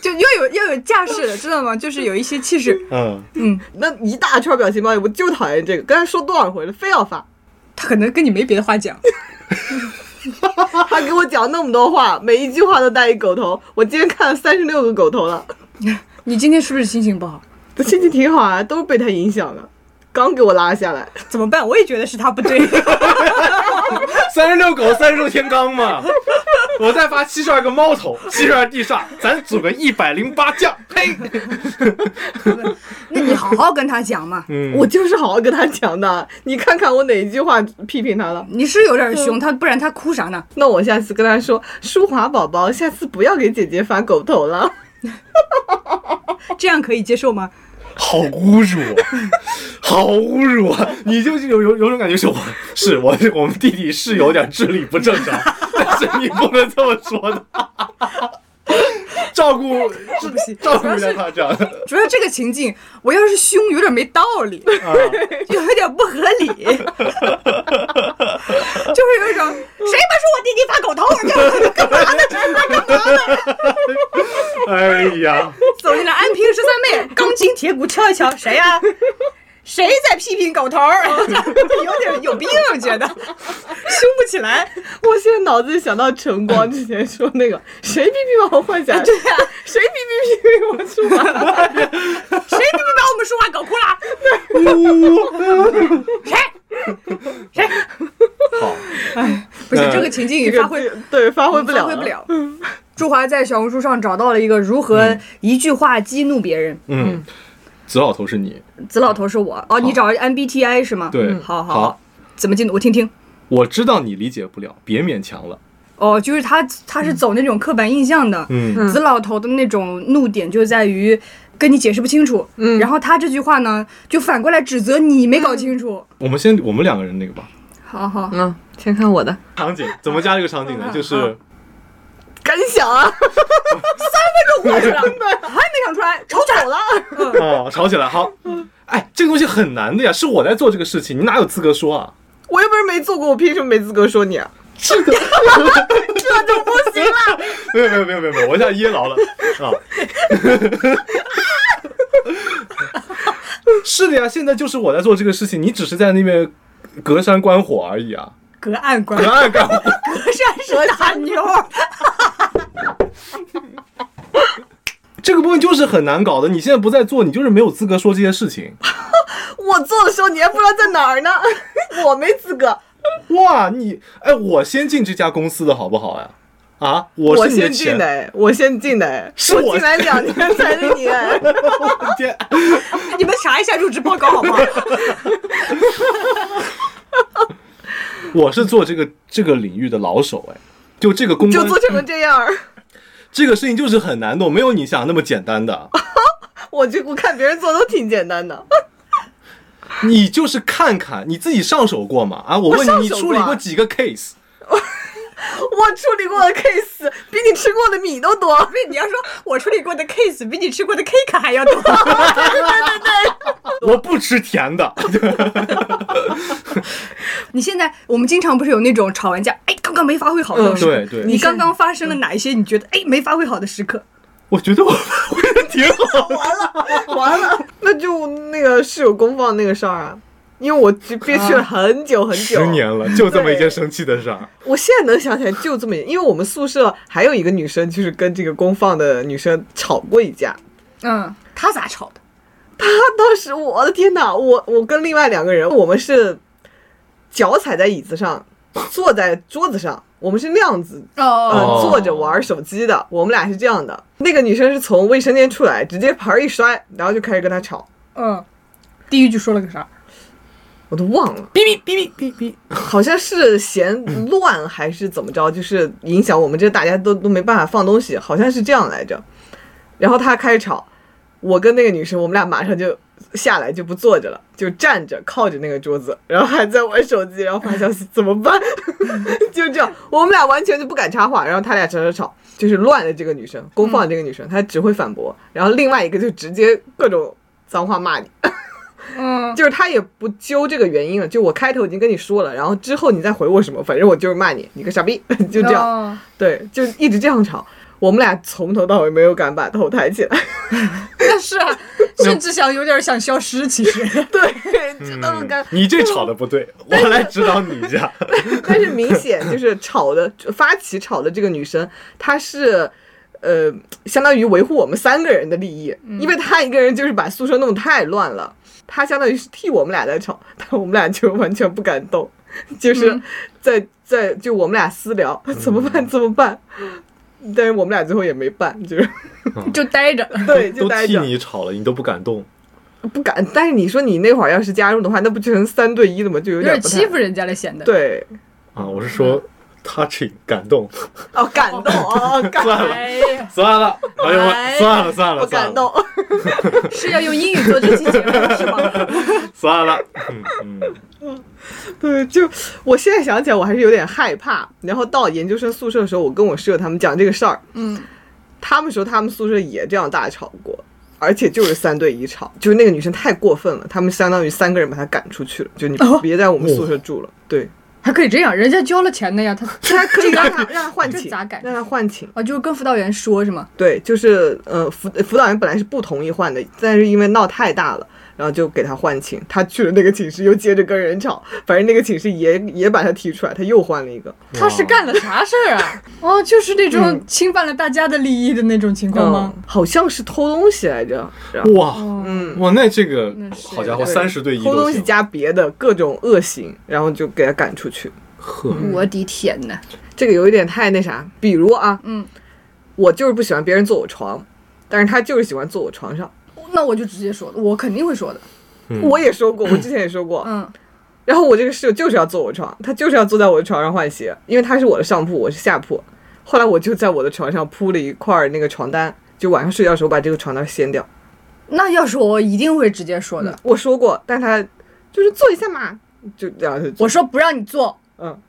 Speaker 4: 就要有要有架势的，知道吗？就是有一些气势。
Speaker 1: 嗯，
Speaker 2: 那一大圈表情包，我就讨厌这个，跟他说多少回了，非要发。
Speaker 4: 他可能跟你没别的话讲。
Speaker 2: 他 给我讲那么多话，每一句话都带一狗头。我今天看了三十六个狗头了，
Speaker 4: 你今天是不是心情不好？
Speaker 2: 我心情挺好啊，都是被他影响的。刚给我拉下来，
Speaker 4: 怎么办？我也觉得是他不对。
Speaker 1: 三十六狗，三十六天罡 嘛。我再发七十二个猫头，七十二地煞，咱组个一百零八将。嘿，
Speaker 4: 那你好好跟他讲嘛。
Speaker 1: 嗯
Speaker 2: 我就是好好跟他讲的。你看看我哪一句话批评他了？
Speaker 4: 你是有点凶，他不然他哭啥呢？
Speaker 2: 那我下次跟他说，舒华宝宝，下次不要给姐姐发狗头了。
Speaker 4: 这样可以接受吗？
Speaker 1: 好侮辱啊，好侮辱啊！你就有有有种感觉是我是我我们弟弟是有点智力不正常， 但是你不能这么说的。照 顾照顾一下他这样的
Speaker 4: 主要这个情境，我要是凶，有点没道理，
Speaker 1: 啊，
Speaker 4: 有一点不合理，就是有一种谁不是我弟弟发狗头，就干嘛呢？这是他干嘛呢？
Speaker 1: 哎呀，
Speaker 4: 走进来，安平十三妹，钢筋铁骨敲一敲，谁呀、谁在批评狗头儿？ 有点有病，我觉得凶不起来。
Speaker 2: 我现在脑子里想到晨光之前说那个，谁逼逼把我唤
Speaker 4: 哎
Speaker 2: 起来？对呀、谁逼逼逼逼我出 来？
Speaker 4: 谁批评把我们说话搞哭了？谁？
Speaker 1: 好，
Speaker 4: 不行，
Speaker 1: 嗯
Speaker 4: 这个情境
Speaker 2: 这
Speaker 4: 也
Speaker 2: 个
Speaker 4: 发挥
Speaker 2: 对发挥不了，嗯
Speaker 4: 发挥不。了。朱华在小红书上找到了一个如何一句话激怒别人，
Speaker 1: 嗯，子老头是你，
Speaker 4: 子老头是我哦，你找 MBTI 是吗？嗯
Speaker 1: 对
Speaker 4: 好好
Speaker 1: 嗯好，
Speaker 4: 怎么激怒？我听听。
Speaker 1: 我知道你理解不了，别勉强了。
Speaker 4: 哦，就是他他是走那种刻板印象的，
Speaker 1: 嗯
Speaker 4: 子老头的那种怒点就在于跟你解释不清楚，嗯，然后他这句话呢，就反过来指责你没搞清楚。
Speaker 1: 我们先我们两个人那个吧。
Speaker 4: 好好，
Speaker 2: 嗯，先看我的
Speaker 1: 场景怎么加这个场景
Speaker 2: 嗯
Speaker 1: 呢？就是
Speaker 2: 感想啊，
Speaker 4: 还没想出来，吵起来了。
Speaker 1: 啊，吵起来好。哎，这个东西很难的呀，是我在做这个事情，你哪有资格说啊？
Speaker 2: 我又不是没做过，我凭什么没资格说你啊？
Speaker 1: 这个
Speaker 2: 这就不行了，
Speaker 1: 没有没有没有没有没有，我一下噎牢了啊！ 是的呀，现在就是我在做这个事情，你只是在那边隔山观火而已啊，
Speaker 4: 隔岸观
Speaker 1: 隔岸观火。
Speaker 4: 隔山是大妞儿，
Speaker 1: 这个部分就是很难搞的，你现在不在做，你就是没有资格说这些事情。
Speaker 2: 我做的时候你还不知道在哪儿 呢，我没资格。
Speaker 1: 哇，你哎，我先进这家公司的好不好呀、啊？我是你
Speaker 2: 先
Speaker 1: 的
Speaker 2: 进
Speaker 1: 前
Speaker 2: 的，哎，我先进的，哎，
Speaker 1: 是我
Speaker 2: 进来两年才是你，哎
Speaker 1: 我天，
Speaker 4: 你们查一下入职报告好 不好？
Speaker 1: 我是做这个这个领域的老手哎，就这个公
Speaker 2: 就
Speaker 1: 关
Speaker 2: 做成了这样儿。
Speaker 1: 这个事情就是很难的，没有你想那么简单的。
Speaker 2: 我这我看别人做都挺简单的，
Speaker 1: 你就是看看你自己上手过吗？啊，我问
Speaker 2: 我上
Speaker 1: 你，你
Speaker 2: 手过啊
Speaker 1: 处理过几个 case？
Speaker 2: 我处理过的 case 比你吃过的米都多。
Speaker 4: 不是你要说我处理过的 case 比你吃过的 cake 还要多，
Speaker 1: 我不吃甜的，
Speaker 4: 你现在我们经常不是有那种吵完架，哎，刚刚没发挥好的
Speaker 2: 嗯
Speaker 4: 时候，
Speaker 1: 对对
Speaker 4: 你刚刚发生了哪一些你觉得哎没发挥好的时刻？
Speaker 1: 我觉得我我觉得挺好的。
Speaker 2: 完了，那就那个室友公放那个事儿啊，因为我就憋屈了很久很久，
Speaker 1: 啊十年了，就这么一件生气的事儿。
Speaker 2: 我现在能想起来就这么一，因为我们宿舍还有一个女生就是跟这个公放的女生吵过一架。
Speaker 4: 嗯，他咋吵的？
Speaker 2: 她当时我的天呐，我我跟另外两个人，我们是脚踩在椅子上，坐在桌子上，我们是那样子
Speaker 4: 哦，
Speaker 1: 哦
Speaker 2: 呃，坐着玩手机的，我们俩是这样的。那个女生是从卫生间出来，直接盆儿一摔，然后就开始跟他吵，
Speaker 4: 嗯，第一句说了个啥？
Speaker 2: 我都忘了，
Speaker 1: 哔哔哔哔哔哔，
Speaker 2: 好像是嫌乱还是怎么着，就是影响我们这大家都都没办法放东西，好像是这样来着。然后他开始吵，我跟那个女生，我们俩马上就下来就不坐着了，就站着靠着那个桌子，然后还在玩手机，然后发消息怎么办？ 就这样，我们俩完全就不敢插话，然后他俩吵吵吵，就是乱的这个女生，公放的这个女生，她只会反驳，然后另外一个就直接各种脏话骂你。
Speaker 4: 嗯，
Speaker 2: 就是他也不揪这个原因了，就我开头已经跟你说了，然后之后你再回我什么，反正我就是骂你，你个傻逼， 就这样，
Speaker 4: 样。
Speaker 2: 对，就一直这样吵。我们俩从头到尾没有敢把头抬起来，
Speaker 4: 但是啊，甚至想有点想消失，其 实
Speaker 2: 对，就那么干。
Speaker 1: 你这吵的不对，我来指导你一下。
Speaker 2: 但是明显就是吵的发起吵的这个女生，她是。呃，相当于维护我们三个人的利益，因为她一个人就是把宿舍弄得太乱了，她相当于是替我们俩在吵，但我们俩就完全不敢动，就是在、在就我们俩私聊 怎么办怎么办，但是我们俩最后也没办，就是
Speaker 4: 就待着。
Speaker 2: 对就
Speaker 1: 都
Speaker 2: 待
Speaker 1: 替
Speaker 2: 着
Speaker 1: 你吵了，你都不敢动。
Speaker 2: 不敢。但是你说你那会儿要是加入的话，那不就成三对一了吗？就有
Speaker 4: 有
Speaker 2: 点
Speaker 4: 点
Speaker 2: 不太
Speaker 4: 欺负人家了，显得。
Speaker 2: 对
Speaker 1: 啊，我是说 touching 感动，
Speaker 2: 哦，感动哦，感
Speaker 1: 算了
Speaker 4: 哎呀，
Speaker 1: 算了，哎呦，
Speaker 4: 哎
Speaker 1: 算了算了，
Speaker 2: 我感
Speaker 1: 算了
Speaker 2: 动。
Speaker 4: 是要用英语做这期节目是吗？
Speaker 1: 算了，嗯嗯，
Speaker 2: 对，就我现在想起来，我还是有点害怕。然后到研究生宿舍的时候，我跟我室友他们讲这个事儿，
Speaker 4: 嗯，
Speaker 2: 他们说他们宿舍也这样大吵过，而且就是三对一吵，就是那个女生太过分了，他们相当于三个人把她赶出去了，就你
Speaker 4: 哦
Speaker 2: 别在我们宿舍住了。对，
Speaker 4: 还可以这样，人家交了钱的呀，他
Speaker 2: 他可以让她让她换
Speaker 4: 这
Speaker 2: 寝，
Speaker 4: 咋改
Speaker 2: 让她换寝。
Speaker 4: 啊，就是跟辅导员说是吗？
Speaker 2: 对，就是呃，辅辅导员本来是不同意换的，但是因为闹太大了，然后就给他换寝。他去了那个寝室，又接着跟人吵，反正那个寝室也也把他踢出来，他又换了一个。
Speaker 4: 他是干了啥事儿 啊？哦，就是那种侵犯了大家的利益的那种情况吗？哦
Speaker 2: 嗯？好像是偷东西来着，然后
Speaker 1: 哇
Speaker 2: 嗯，
Speaker 1: 哇，那这个
Speaker 4: 那是
Speaker 1: 好家伙，
Speaker 2: 对
Speaker 1: 三十对一
Speaker 2: 偷
Speaker 1: 都
Speaker 2: 东西
Speaker 1: 行，
Speaker 2: 加别的各种恶行，然后就给他赶出去。
Speaker 1: 呵，
Speaker 4: 我的天呐！
Speaker 2: 这个有一点太那啥，比如啊，
Speaker 4: 嗯，
Speaker 2: 我就是不喜欢别人坐我床，但是他就是喜欢坐我床上。
Speaker 4: 那我就直接说了，我肯定会说的。
Speaker 1: 嗯
Speaker 2: 我也说过，我之前也说过，
Speaker 4: 嗯，
Speaker 2: 然后我这个室友就是要坐我床，他就是要坐在我的床上换鞋，因为他是我的上铺，我是下铺。后来我就在我的床上铺了一块儿那个床单，就晚上睡觉的时候把这个床单掀掉。
Speaker 4: 那要是我一定会直接说的，
Speaker 2: 我说过，但他就是坐一下嘛，就这样就坐
Speaker 4: 我说不让你做，
Speaker 2: 嗯，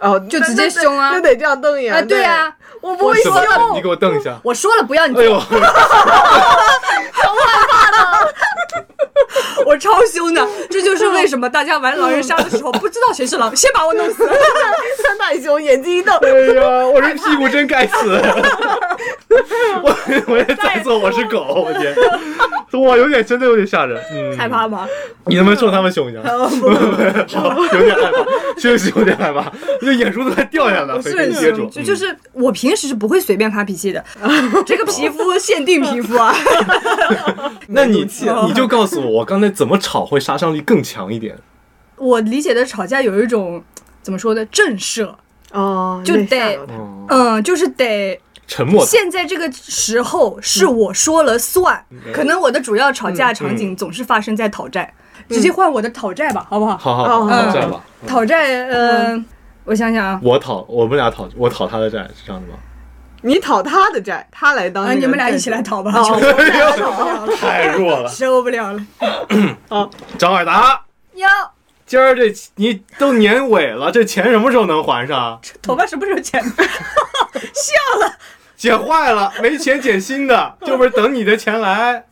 Speaker 2: 哦，
Speaker 4: 就直接凶啊
Speaker 2: 那得这样瞪眼
Speaker 1: 哎
Speaker 4: 啊对呀、
Speaker 2: 呀，我不会
Speaker 1: 什
Speaker 2: 凶
Speaker 1: 么，？你给我瞪一 下。
Speaker 4: 我说了不要你
Speaker 1: 哎
Speaker 4: 做，
Speaker 1: 呦，
Speaker 4: 我超凶的，这就是为什么大家玩狼人杀 的时候不知道谁是狼，先把我弄死。
Speaker 2: 三大熊眼睛一瞪，
Speaker 1: 哎呀，我这屁股真该死！我我也在做，我是狗，我天，哇，有点真的有点吓人，嗯，
Speaker 4: 害怕吗？嗯
Speaker 1: 你能不能冲他们凶一下？嗯好，有点害怕，确实有点害怕，那眼珠子快掉下来了，
Speaker 4: 不
Speaker 1: 被
Speaker 4: 是，
Speaker 1: 接住，嗯
Speaker 4: 就就是我平时是不会随便发脾气的， 这个皮肤限定皮肤啊。
Speaker 1: 那你你就告诉我，我刚才怎么吵会杀伤力更强一点？
Speaker 4: 我理解的吵架有一种怎么说呢，震慑，
Speaker 2: 哦，
Speaker 4: 就
Speaker 2: 那吓
Speaker 4: 得
Speaker 2: 到他
Speaker 1: 哦，
Speaker 4: 嗯，就是得
Speaker 1: 沉默的，
Speaker 4: 现在这个时候是
Speaker 1: 嗯
Speaker 4: 我说了算。可能我的主要吵架场景总是发生在讨债，
Speaker 1: 嗯
Speaker 4: 直接换我的讨债吧，好不好？
Speaker 1: 好好好，
Speaker 2: 嗯
Speaker 1: 这样吧，
Speaker 4: 讨债，呃，我想想啊，
Speaker 1: 我讨我们俩讨我讨他的债是这样的吗？
Speaker 2: 你讨他的债，他来当
Speaker 4: 啊，
Speaker 2: 那个债主、
Speaker 4: 你们俩一起来讨吧，
Speaker 2: 哦
Speaker 4: 受不了了，
Speaker 1: 太弱了，
Speaker 4: 受不了了，
Speaker 1: 张尔达，
Speaker 4: 哟，
Speaker 1: 今儿这你都年尾了，这钱什么时候能还上？
Speaker 4: 这头发什么时候 剪？
Speaker 1: 剪坏了，没钱剪新的，这不是等你的钱来？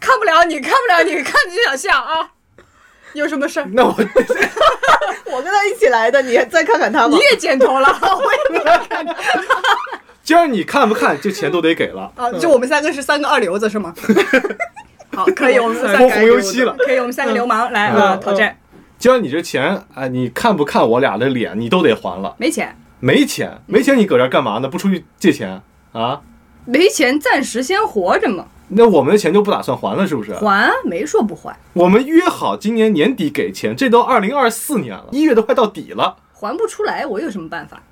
Speaker 4: 看不了你，看不了你，看你就想笑啊。有什么事儿？
Speaker 1: 那我
Speaker 2: 我跟他一起来的，你再看看他吧
Speaker 4: 你。也剪头了， 我也没有看
Speaker 1: 今儿你看不看，这钱都得给了。
Speaker 4: 啊，就我们三个是三个二流子是 吗？好，可以，我们三
Speaker 1: 泼
Speaker 4: 个
Speaker 1: 红油漆了
Speaker 4: 可以，我们三个流氓来啊，
Speaker 1: 嗯
Speaker 4: 讨债，
Speaker 1: 今儿你这钱，哎，你看不看我俩的脸，你都得还了。
Speaker 4: 没钱，
Speaker 1: 没钱，没钱，你搁这儿干嘛呢？不出去借钱啊？
Speaker 4: 没钱，暂时先活着嘛，
Speaker 1: 那我们的钱就不打算还了，是不是？
Speaker 4: 还啊没说不还，
Speaker 1: 我们约好今年年底给钱，这都二零二四年了，一月都快到底了，
Speaker 4: 还不出来我有什么办法？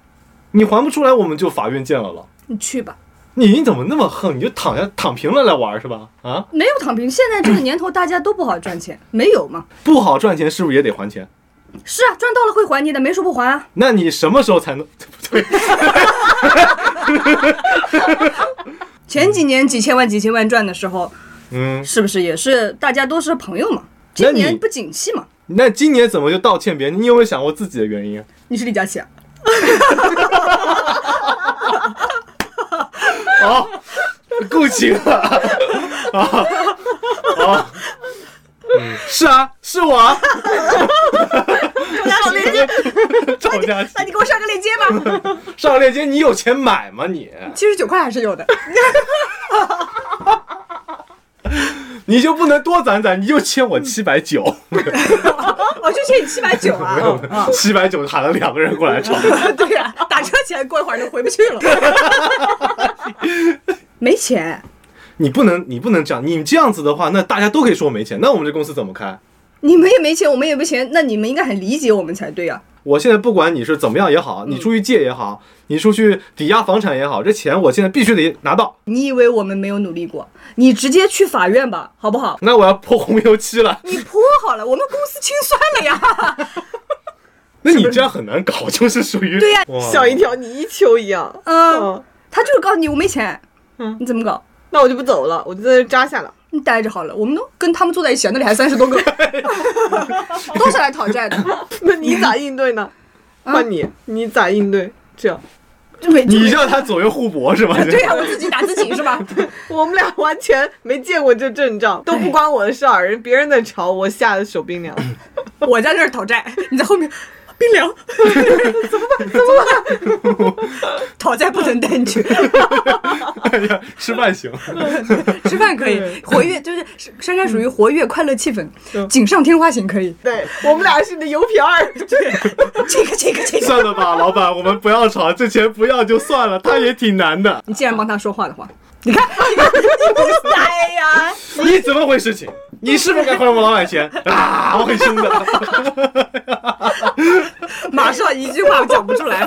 Speaker 1: 你还不出来，我们就法院见了了。
Speaker 4: 你去吧，
Speaker 1: 你你怎么那么横？你就躺下躺平了来玩是吧？啊，
Speaker 4: 没有躺平，现在这个年头大家都不好 赚钱，没有嘛？
Speaker 1: 不好赚钱是不是也得还钱？
Speaker 4: 是啊，赚到了会还你的，没说不还啊。
Speaker 1: 那你什么时候才能？ 对不对？
Speaker 4: 前几年几千万、几千万赚的时候，
Speaker 1: 嗯，
Speaker 4: 是不是也是大家都是朋友嘛？今
Speaker 1: 那你
Speaker 4: 年不景气嘛？
Speaker 1: 那今年怎么就道歉别人？你有没有想过自己的原因？
Speaker 4: 你是李佳琦啊？
Speaker 1: 哦，够情了啊！哦，嗯，是啊，是我啊，
Speaker 4: 上链接，
Speaker 1: 赵佳琪
Speaker 4: 那你给我上个链接吧。
Speaker 1: 上链接，你有钱买吗你？
Speaker 4: 七十九块还是有的。哦
Speaker 1: 你就不能多攒攒？你就欠我七百九，
Speaker 4: 我就欠你七百 九啊！啊，
Speaker 1: 七百九喊了两个人过来吵。
Speaker 4: 对呀、打车钱过一会儿就回不去了。 没钱，
Speaker 1: 你不能，你不能这样，你这样子的话，那大家都可以说我没钱，那我们这公司怎么开？
Speaker 4: 你们也没钱，我们也没钱，那你们应该很理解我们才对啊呀、
Speaker 1: 我现在不管你是怎么样也好，你出去借也好，你出去抵押房产也好，这钱我现在必须得拿到。
Speaker 4: 你以为我们没有努力过？你直接去法院吧，好不好？
Speaker 1: 那我要泼红油漆了，
Speaker 4: 你泼好了，我们公司清算了呀。
Speaker 1: 那你这样很难搞， 就是属于
Speaker 4: 对呀
Speaker 1: 哇
Speaker 2: 像一条泥鳅一样。
Speaker 4: 嗯
Speaker 2: 嗯，，
Speaker 4: 他就是告诉你我没钱，
Speaker 2: 嗯
Speaker 4: 你怎么搞？
Speaker 2: 那我就不走了，我就在这扎下了。
Speaker 4: 你待着好了，我们都跟他们坐在一起啊，那里还三十多个， 都是来讨债的。
Speaker 2: 那你咋应对 呢？
Speaker 4: 嗯
Speaker 2: 换你，你咋应对？这样，
Speaker 4: 就每
Speaker 1: 你让他左右互搏是吧？
Speaker 4: 对啊呀、我自己打自己是吧？
Speaker 2: 我们俩完全没见过这 阵仗，都不关我的事儿，人别人在吵，我吓得手冰凉。
Speaker 4: 我在这儿讨债，你在后面冰凉， 怎么办？怎么办？ 讨债不能带你去，
Speaker 1: 哎呀，吃饭行，
Speaker 4: 吃饭可以，活跃就是珊珊属于活跃快乐气氛，锦上添花型可以。
Speaker 2: 对我们俩是你的油瓶 儿，对，
Speaker 4: 这个这个这个，
Speaker 1: 算了吧，老板，我们不要吵，这钱不要就算了，他也挺难的。
Speaker 4: 你既然帮他说话的话，你看，你看，你哎呀，
Speaker 1: 你怎么回事情？你是不是该还我们老板 钱啊？我很凶的，
Speaker 4: 马上一句话讲不出来。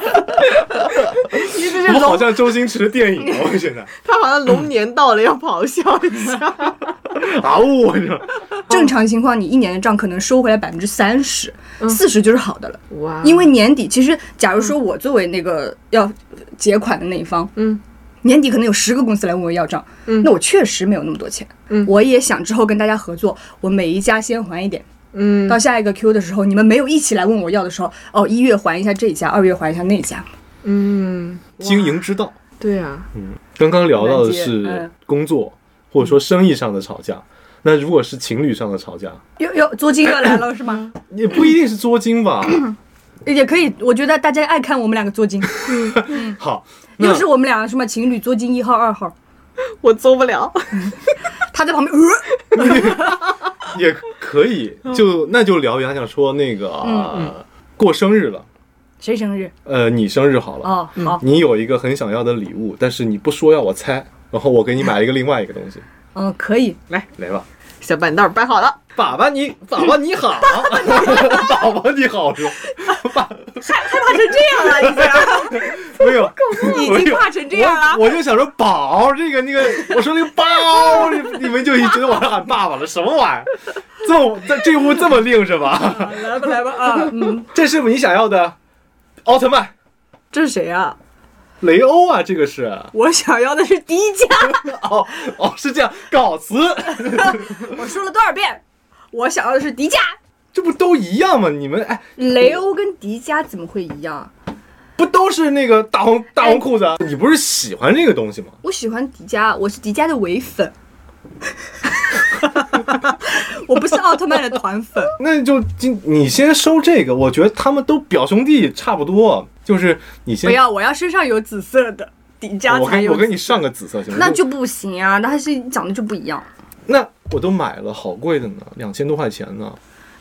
Speaker 2: 你这是
Speaker 1: 我好
Speaker 2: 龙，
Speaker 1: 像周星驰的电影哦，我现在
Speaker 2: 他好像龙年到了要咆哮一下。
Speaker 1: 啊呜，你知道吗
Speaker 2: 嗯
Speaker 4: 正常情况你一年的账可能收回来百分之三十、
Speaker 2: 嗯
Speaker 4: 四十就是好的了。
Speaker 2: 哇，哦
Speaker 4: 因为年底，其实假如说我作为那个要结款的那一方，
Speaker 2: 嗯，
Speaker 4: 年底可能有十个公司来问我要账，
Speaker 2: 嗯
Speaker 4: 那我确实没有那么多钱，
Speaker 2: 嗯
Speaker 4: 我也想之后跟大家合作，我每一家先还一点，
Speaker 2: 嗯
Speaker 4: 到下一个 Q 的时候，你们没有一起来问我要的时候，哦，一月还一下这一家，二月还一下那一家，
Speaker 2: 嗯，
Speaker 1: 经营之道。
Speaker 2: 对啊，
Speaker 1: 刚刚聊到的
Speaker 4: 很难接
Speaker 1: 是
Speaker 4: 嗯
Speaker 1: 工作或者说生意上的吵架，那如果是情侣上的吵架，
Speaker 4: 又又租金又来了是吗？
Speaker 1: 也不一定是捉襟 吧？
Speaker 4: 也可以，我觉得大家爱看我们两个作精，
Speaker 1: 好，那
Speaker 4: 又是我们俩什么情侣作精一号二号，
Speaker 2: 我做不了，
Speaker 4: 他在旁边呃，
Speaker 1: 也可以，
Speaker 4: 嗯
Speaker 1: 就那就聊原想说那个、呃过生日了，
Speaker 4: 谁生日？
Speaker 1: 呃，你生日好了，
Speaker 4: 哦，好，
Speaker 1: 你有一个很想要的礼物，但是你不说要我猜，然后我给你买一个另外一个东西，
Speaker 4: 嗯，可以，
Speaker 1: 来吧。
Speaker 2: 小板凳儿搬好了，
Speaker 1: 粑粑你粑粑你 好，粑粑你好 说，粑
Speaker 4: 怕成这样了，已经。
Speaker 1: 没有，
Speaker 4: 已
Speaker 1: 我
Speaker 4: 经
Speaker 1: 有
Speaker 4: 怕成这样了
Speaker 1: 我我就想说宝这个那个，我说那个包， 你你们就已经觉得我要喊爸爸了，什么玩意儿？这么这这屋这么令是吧？
Speaker 4: 来吧来吧啊，嗯，
Speaker 1: 这是你想要的奥特曼
Speaker 4: 这是谁啊？
Speaker 1: 雷欧啊，这个是
Speaker 4: 我想要的是迪迦，
Speaker 1: 哦哦是这样，告辞，
Speaker 4: 我说了多少遍？我想要的是迪迦。
Speaker 1: 这不都一样吗？你们哎，
Speaker 4: 雷欧跟迪迦怎么会一样？
Speaker 1: 不都是那个大红大红裤子？啊你不是喜欢这个东西吗？
Speaker 4: 我喜欢迪迦，我是迪迦的伪粉， 我不是奥特曼的团粉。
Speaker 1: 那就今你先收这个，我觉得他们都表兄弟差不多，就是你先
Speaker 4: 不要，我要身上有紫色的迪迦
Speaker 1: 我
Speaker 4: 才
Speaker 1: 跟
Speaker 4: 有。
Speaker 1: 我跟你上个紫色行吗？
Speaker 4: 那就不行啊，那还是长得就不一样。
Speaker 1: 那我都买了，好贵的呢，两千多块钱呢。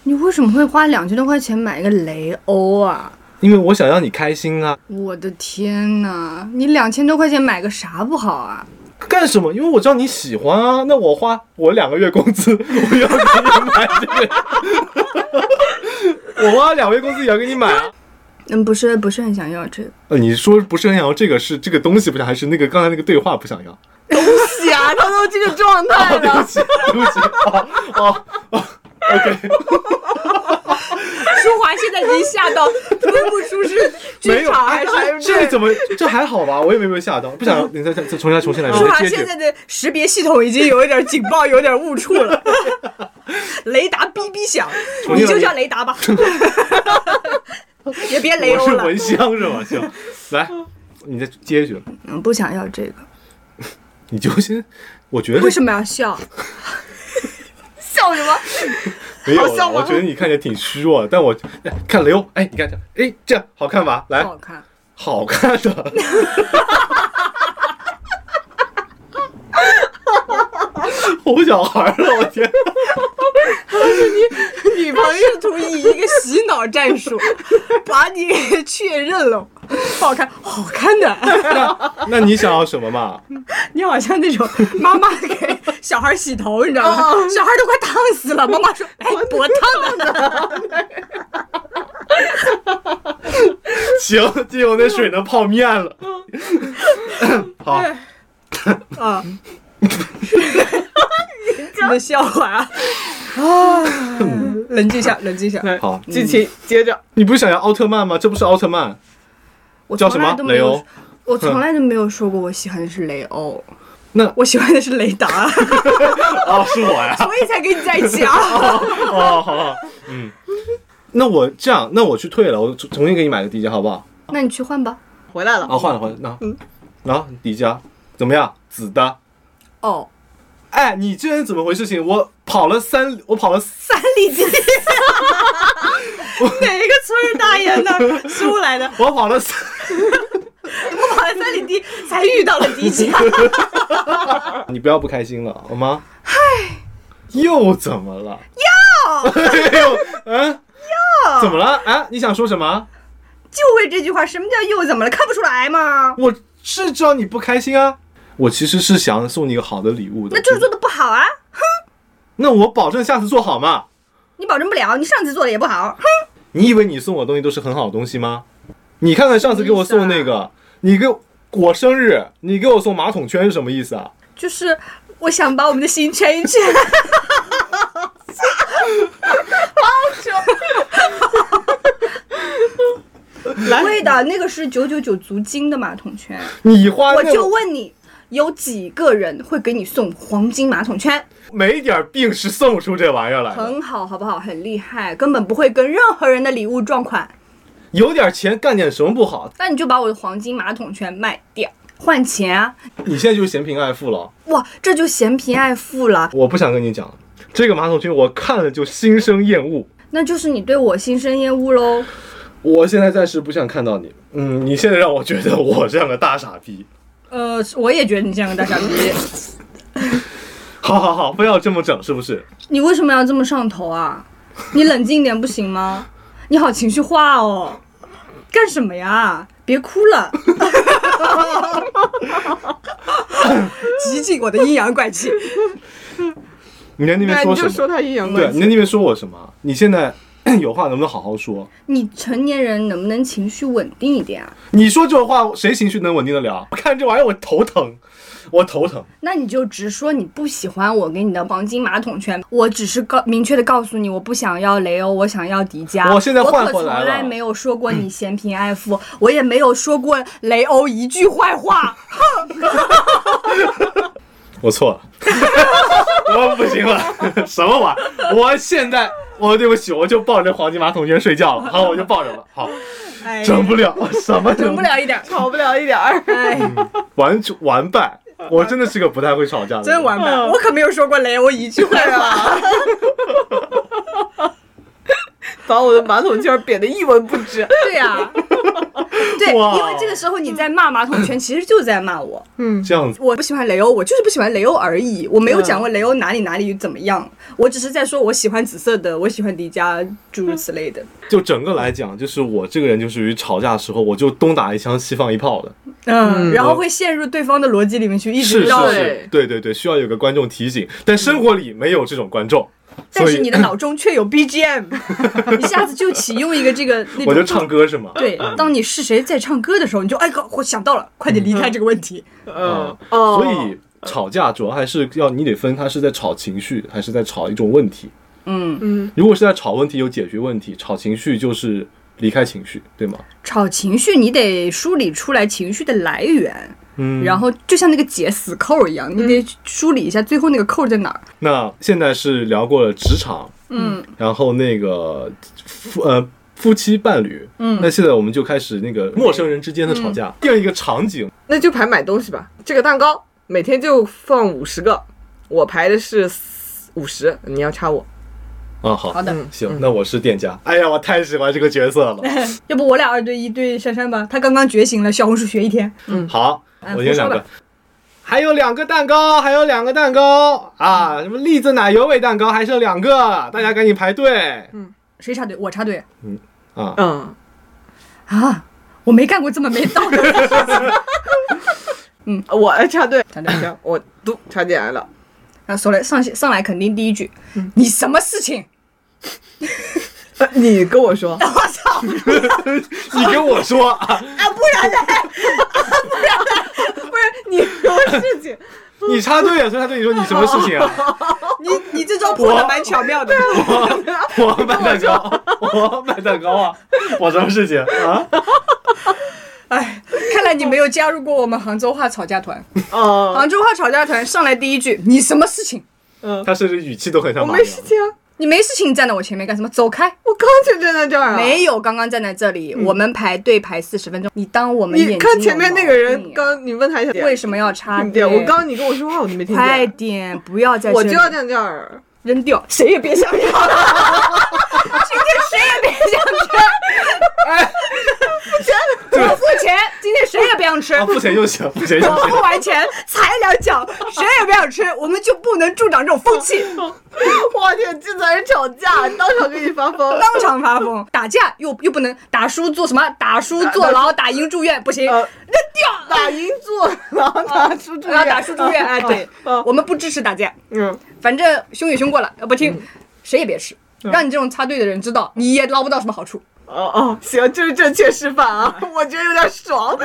Speaker 4: 你为什么会花两千多块钱买一个雷欧啊？
Speaker 1: 因为我想让你开心啊，
Speaker 4: 我的天哪！你两千多块钱买个啥不好啊？
Speaker 1: 干什么？因为我知道你喜欢啊，那我花我两个月工资，我要给你买这个，我花两个月工资也要给你买啊。
Speaker 4: 嗯，不是不是很想要这个。
Speaker 1: 呃，你说不是很想要这个是这个东西不 想，还是那个刚才那个对话不想要？
Speaker 2: 是啊，他都这个状态
Speaker 1: 哦，对不
Speaker 2: 了，
Speaker 1: 起，对不起，哦哦哦，OK，
Speaker 4: 舒华现在已经吓到分不出是
Speaker 1: 没
Speaker 4: 剧
Speaker 1: 有，
Speaker 4: 场
Speaker 1: 哎
Speaker 4: 还是
Speaker 1: 这怎么这还好吧？我也没被吓到，不想你再再再重新来，重新来，
Speaker 4: 舒华
Speaker 1: 接
Speaker 4: 现
Speaker 1: 接
Speaker 4: 在的识别系统已经有一点警报，有点误触 了，雷达哔哔响，
Speaker 1: 重
Speaker 4: 你
Speaker 1: 新来
Speaker 4: 就叫雷 达吧，也别雷
Speaker 1: 我
Speaker 4: 欧
Speaker 1: 是
Speaker 4: 了
Speaker 1: 蚊。香是吧？行，来，你再接一句。
Speaker 4: 嗯，不想要这个，
Speaker 1: 你就先，我觉得
Speaker 4: 为什么要 笑？笑什么？
Speaker 1: 没有
Speaker 2: 好笑
Speaker 1: 了，
Speaker 2: 吗
Speaker 1: 我觉得你看起来挺虚弱的，但我 哎看刘，哎，你看这样，哎，这样好看吧？来
Speaker 4: 不，好看。
Speaker 1: 好看的，哄小孩儿了，我天，
Speaker 4: 女朋友试图以一个洗脑战术把你给确认了，不好看，好看的。
Speaker 1: 那你想要什么嘛？
Speaker 4: 你好像那种妈妈给小孩洗头，你知道吗？小孩都快烫死了，妈妈说：“哎，多烫啊
Speaker 1: 行，今有那水能泡面了，好，！”
Speaker 4: 啊，你的笑话啊！冷静一下，冷静一下。
Speaker 1: 好，嗯
Speaker 2: 剧情接着，
Speaker 1: 你不是想要奥特曼吗？这不是奥特曼，
Speaker 4: 我
Speaker 1: 叫
Speaker 4: 从
Speaker 1: 什么
Speaker 4: 来都没
Speaker 1: 雷
Speaker 4: 有
Speaker 1: 欧，嗯
Speaker 4: 我从来都没有说过我喜欢的是雷欧，
Speaker 1: 那
Speaker 4: 我喜欢的是雷 达，
Speaker 1: 哦，是我呀。
Speaker 4: 所以才跟你在一起啊。
Speaker 1: 哦，好好，嗯，那我这样，那我去退了，我重重新给你买个迪迦，好不好？
Speaker 4: 那你去换吧。
Speaker 2: 回来了，
Speaker 1: 啊，换了换了，那，
Speaker 4: 嗯
Speaker 1: 然后迪迦怎么样？紫的。
Speaker 4: 哦，
Speaker 1: 哎，你这人怎么回事情？我跑了三，我跑了四，
Speaker 4: 三里 街，哪一个村儿大爷那儿收来的？
Speaker 1: 我跑了 三，
Speaker 4: 我跑到三里地才遇到了迪迦。
Speaker 1: 你不要不开心了好吗？嗨，又怎么了？ 又，嗯，又怎么了？啊，你想说什么？
Speaker 4: 就会这句话，什么叫又怎么了？看不出来吗？
Speaker 1: 我是知道你不开心啊，我其实是想送你一个好的礼物的。
Speaker 4: 那就是做的不好啊！
Speaker 1: 那我保证下次做好嘛。
Speaker 4: 你保证不了，你上次做的也不好。哼，
Speaker 1: 你以为你送我东西都是很好的东西吗？你看看上次给我送那个，你给我我生日，你给我送马桶圈是什么意思啊？
Speaker 4: 就是我想把我们的心圈一圈。的，那个是九九九足金的马桶圈。
Speaker 1: 你花
Speaker 4: 我
Speaker 1: 那
Speaker 4: 就问你，有几个人会给你送黄金马桶圈？
Speaker 1: 没点病是送不出这玩意儿来的，
Speaker 4: 很好，好不好？很厉害，根本不会跟任何人的礼物撞款。
Speaker 1: 有点钱干点什么不好？
Speaker 4: 那你就把我的黄金马桶圈卖掉，换钱啊！
Speaker 1: 你现在就是嫌贫爱富了，
Speaker 4: 哇，这就嫌贫爱富了，
Speaker 1: 我不想跟你讲了。这个马桶圈我看了就心生厌恶，
Speaker 4: 那就是你对我心生厌恶喽。
Speaker 1: 我现在暂时不想看到你。嗯，你现在让我觉得我像个大傻逼。
Speaker 4: 呃，我也觉得你像个大傻逼，
Speaker 1: 好好好，非要这么整是不是？
Speaker 4: 你为什么要这么上头啊？你冷静点不行吗？你好情绪化哦，干什么呀？别哭 了，极尽我的阴阳怪气。
Speaker 1: 你在那边
Speaker 2: 对，
Speaker 1: 说
Speaker 2: 你
Speaker 1: 什
Speaker 2: 就
Speaker 1: 么？
Speaker 2: 说他阴阳怪
Speaker 1: 对，
Speaker 2: 气。
Speaker 1: 你在那边说我什么？你现在 有话能不能好好说？
Speaker 4: 你成年人能不能情绪稳定一点啊？
Speaker 1: 你说这种话，谁情绪能稳定的了？我看这玩意儿我头疼，我头疼。
Speaker 4: 那你就直说你不喜欢我给你的黄金马桶圈，我只是告明确的告诉你，我不想要雷欧，我想要迪迦。
Speaker 1: 我现在换
Speaker 4: 我可
Speaker 1: 回
Speaker 4: 从
Speaker 1: 来了
Speaker 4: 来没有说过你嫌贫爱富，我也没有说过雷欧一句坏话。
Speaker 1: 我错了， 我不行了，什么玩意儿？我现在，我对不起，我就抱着黄金马桶圈睡觉了。好，我就抱着了。好，
Speaker 4: 哎，
Speaker 1: 整不了，什么整
Speaker 4: 整不？了一点儿。
Speaker 2: 好不了一点儿，
Speaker 4: 哎，
Speaker 1: 完完败，我真的是个不太会吵架的人。
Speaker 4: 真完
Speaker 1: 嗯
Speaker 4: 蛋！我可没有说过雷欧一句坏话。
Speaker 2: 把我的马桶圈贬得一文不值。
Speaker 4: 对呀、 对，
Speaker 1: 啊哇嗯
Speaker 4: 因为这个时候你在骂马桶圈，其实就在骂我。
Speaker 1: 这样子，
Speaker 4: 我不喜欢雷欧，我就是不喜欢雷欧而已。我没有讲过
Speaker 1: 嗯
Speaker 4: 雷欧哪里哪里怎么样，我只是在说我喜欢紫色的，我喜欢迪迦，诸如此类的。
Speaker 1: 就整个来讲，就是我这个人就属于吵架的时候，我就东打一枪西放一炮的。
Speaker 4: 嗯，然后会陷入对方的逻辑里面去，一
Speaker 1: 是
Speaker 4: 直
Speaker 1: 是
Speaker 4: 绕。
Speaker 1: 是，对对对，需要有个观众提醒，但生活里没有这种观众，
Speaker 4: 但
Speaker 1: 所
Speaker 4: 是
Speaker 1: 以
Speaker 4: 你的脑中却 有 BGM，你下次就启用一个这个那种。
Speaker 1: 我就唱歌是嗯吗？
Speaker 4: 对，当你是谁在唱歌的时候，你就哎哥，我想到了，快点离开这个问题。
Speaker 1: 嗯
Speaker 2: 嗯，，哦
Speaker 1: 所以吵架主要还是要你得分，他是在吵情绪，还是在吵一种问题。
Speaker 4: 嗯，
Speaker 1: 如果是在吵问题，有解决问题；吵情绪就是离开情绪，对吗？
Speaker 4: 吵情绪，你得梳理出来情绪的来源，
Speaker 1: 嗯
Speaker 4: 然后就像那个解死扣一样，你得梳理一下最后那个扣在哪儿。
Speaker 1: 那现在是聊过了职场，
Speaker 4: 嗯，
Speaker 1: 然后那个夫呃夫妻伴侣，嗯，那现在我们就开始那
Speaker 4: 嗯
Speaker 1: 个陌生人之间的吵架。定一个场景，
Speaker 2: 那就排买东西吧。这个蛋糕每天就放五十个，我排的是五十，你要差我。
Speaker 1: 啊，好，
Speaker 4: 好的，
Speaker 1: 行，那我是店家。哎呀，我太喜欢这个角色了。
Speaker 4: 要不我俩二对一对珊珊吧，她刚刚觉醒了小红书学一天。
Speaker 1: 好，
Speaker 4: 哎
Speaker 1: 我先两
Speaker 4: 胡
Speaker 1: 个
Speaker 4: 说吧，
Speaker 1: 还有两个蛋糕，还有两个蛋糕啊！什么栗子奶油味蛋糕还剩两个，大家赶紧排队
Speaker 4: 谁插队？我插队
Speaker 1: 啊！
Speaker 2: 嗯，
Speaker 4: 啊！我没干过这么没 道德的事情。
Speaker 2: 我哎插队，
Speaker 4: 插队
Speaker 2: 行，我嘟插进来了。
Speaker 4: 然后上来上上来肯定第一句，
Speaker 2: 嗯
Speaker 4: 你什么事情？
Speaker 2: 呃你跟我说，
Speaker 4: 我操！
Speaker 1: 你跟我说啊，
Speaker 4: 啊，不然呢？
Speaker 2: 不是你说事 情，
Speaker 1: 你插队啊，所以他对你说你什么事情啊？
Speaker 4: 你你这招破的蛮巧妙的。
Speaker 1: 我买蛋糕，我买蛋糕啊，我什么事情啊？
Speaker 4: 哎，看来你没有加入过我们杭州话吵架团。
Speaker 2: 哦，
Speaker 4: 杭州话吵架团上来第一句，你什么事情？
Speaker 1: 他甚至语气都很像
Speaker 2: 嗯我
Speaker 1: 马
Speaker 2: 没
Speaker 1: 云。
Speaker 2: 事情啊，
Speaker 4: 你没事情站在我前面干什么？走开！
Speaker 2: 我刚就站在这儿啊。嗯
Speaker 4: 没有，刚刚站在这里，我们排队排四十分钟。你当我们眼睛
Speaker 2: 你看前面那个
Speaker 4: 有毛
Speaker 2: 人
Speaker 4: 病啊
Speaker 2: 刚，你问他一下
Speaker 4: 为什么要插
Speaker 2: 么
Speaker 4: 队？
Speaker 2: 对，我刚你跟我说话，我都没听
Speaker 4: 快
Speaker 2: 见，
Speaker 4: 点，不要在
Speaker 2: 我
Speaker 4: 这
Speaker 2: 就
Speaker 4: 里
Speaker 2: 要站这儿。
Speaker 4: 扔掉，谁也别想 要。今天谁也别想吃，
Speaker 2: 哎
Speaker 4: 不钱，我付钱。今天谁也不想吃，
Speaker 2: 哦
Speaker 1: 啊，付钱就行，付钱就
Speaker 4: 我
Speaker 1: 行
Speaker 4: 付。完钱踩两脚，谁也不想吃，我们就不能助长这种风气，
Speaker 2: 我天，这才是吵架，当场给你发疯。
Speaker 4: 当场发疯。打架又又不能打输做什么？打输坐牢，打赢住院不行，
Speaker 2: 呃
Speaker 4: 扔掉。
Speaker 2: 打赢坐， 然后打出住
Speaker 4: 然后
Speaker 2: 院，
Speaker 4: 打输住院，哎， 对
Speaker 2: 嗯，
Speaker 4: 我们不支持打架，
Speaker 2: 嗯，
Speaker 4: 反正凶也凶过了，要呃不听，谁也别吃，让你这种插队的人知道，你也捞不到什么好处。
Speaker 2: 哦哦，行，这是正确示 范啊，我觉得有点爽。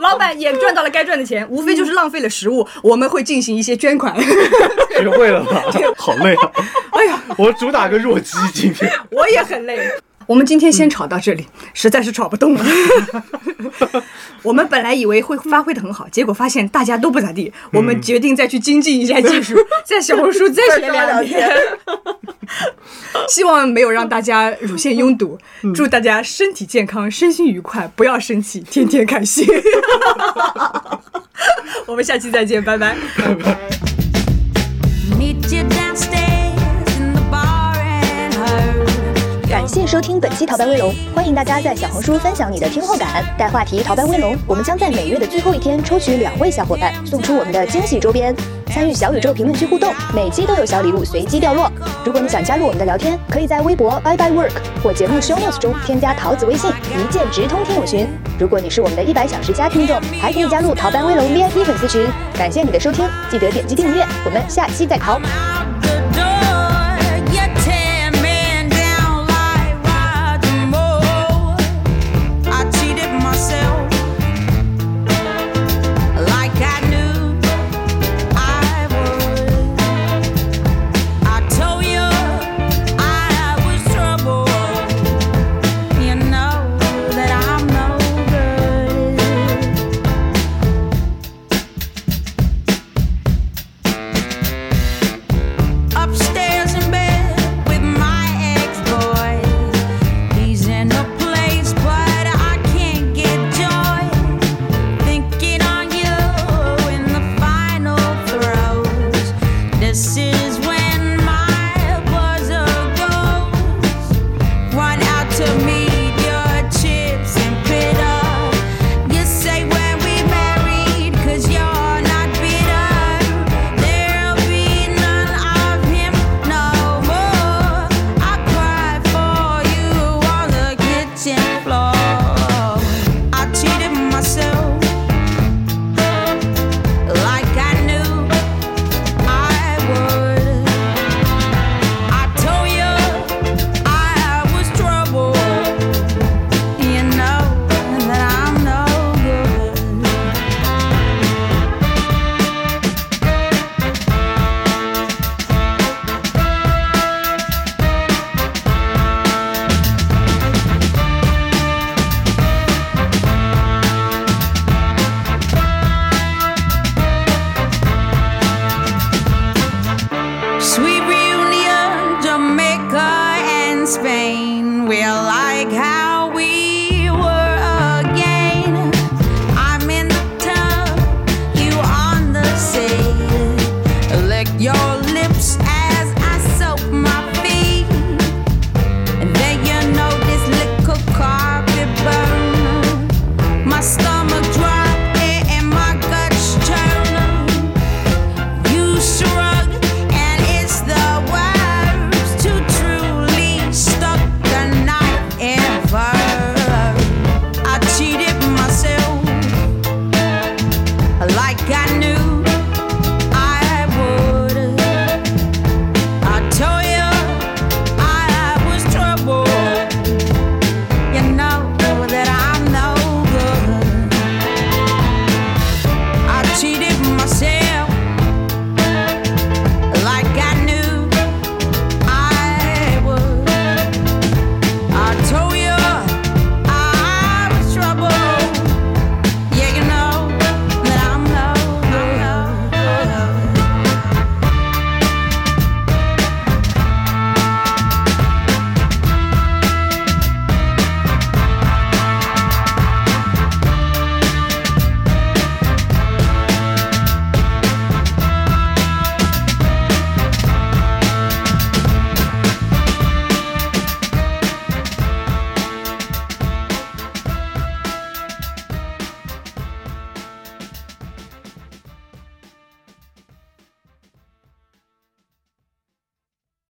Speaker 4: 老板也赚到了该赚的钱，无非就是浪费了食物。我们会进行一些捐款。
Speaker 1: 学会了吗？好累啊！
Speaker 4: 哎呀，
Speaker 1: 我主打个弱鸡今天。
Speaker 4: 我也很累。我们今天先吵到这里，实在是吵不动了。 我们本来以为会发挥的很好，结果发现大家都不咋地。我们决定再去精进一下技术， 在小红书再学
Speaker 2: 再刷
Speaker 4: 两
Speaker 2: 两
Speaker 4: 天。 希望没有让大家乳腺拥堵，祝大家身体健康，身心愉快，不要生气，天天开心。 我们下期再见，拜拜。
Speaker 3: Meet you downstairs in the bar and her.
Speaker 5: 感谢收听本期《逃班威龙》，欢迎大家在小红书分享你的听后感，带话题“逃班威龙”，我们将在每月的最后一天抽取两位小伙伴，送出我们的惊喜周边。参与小宇宙评论区互动，每期都有小礼物随机掉落。如果你想加入我们的聊天，可以在微博 Bye Bye Work 或节目 Show Notes 中添加桃子微信，一键直通听友群。如果你是我们的一百小时加听众，还可以加入“逃班威龙 ”VIP 粉丝群。感谢你的收听，记得点击订阅，我们下期再逃。
Speaker 3: Now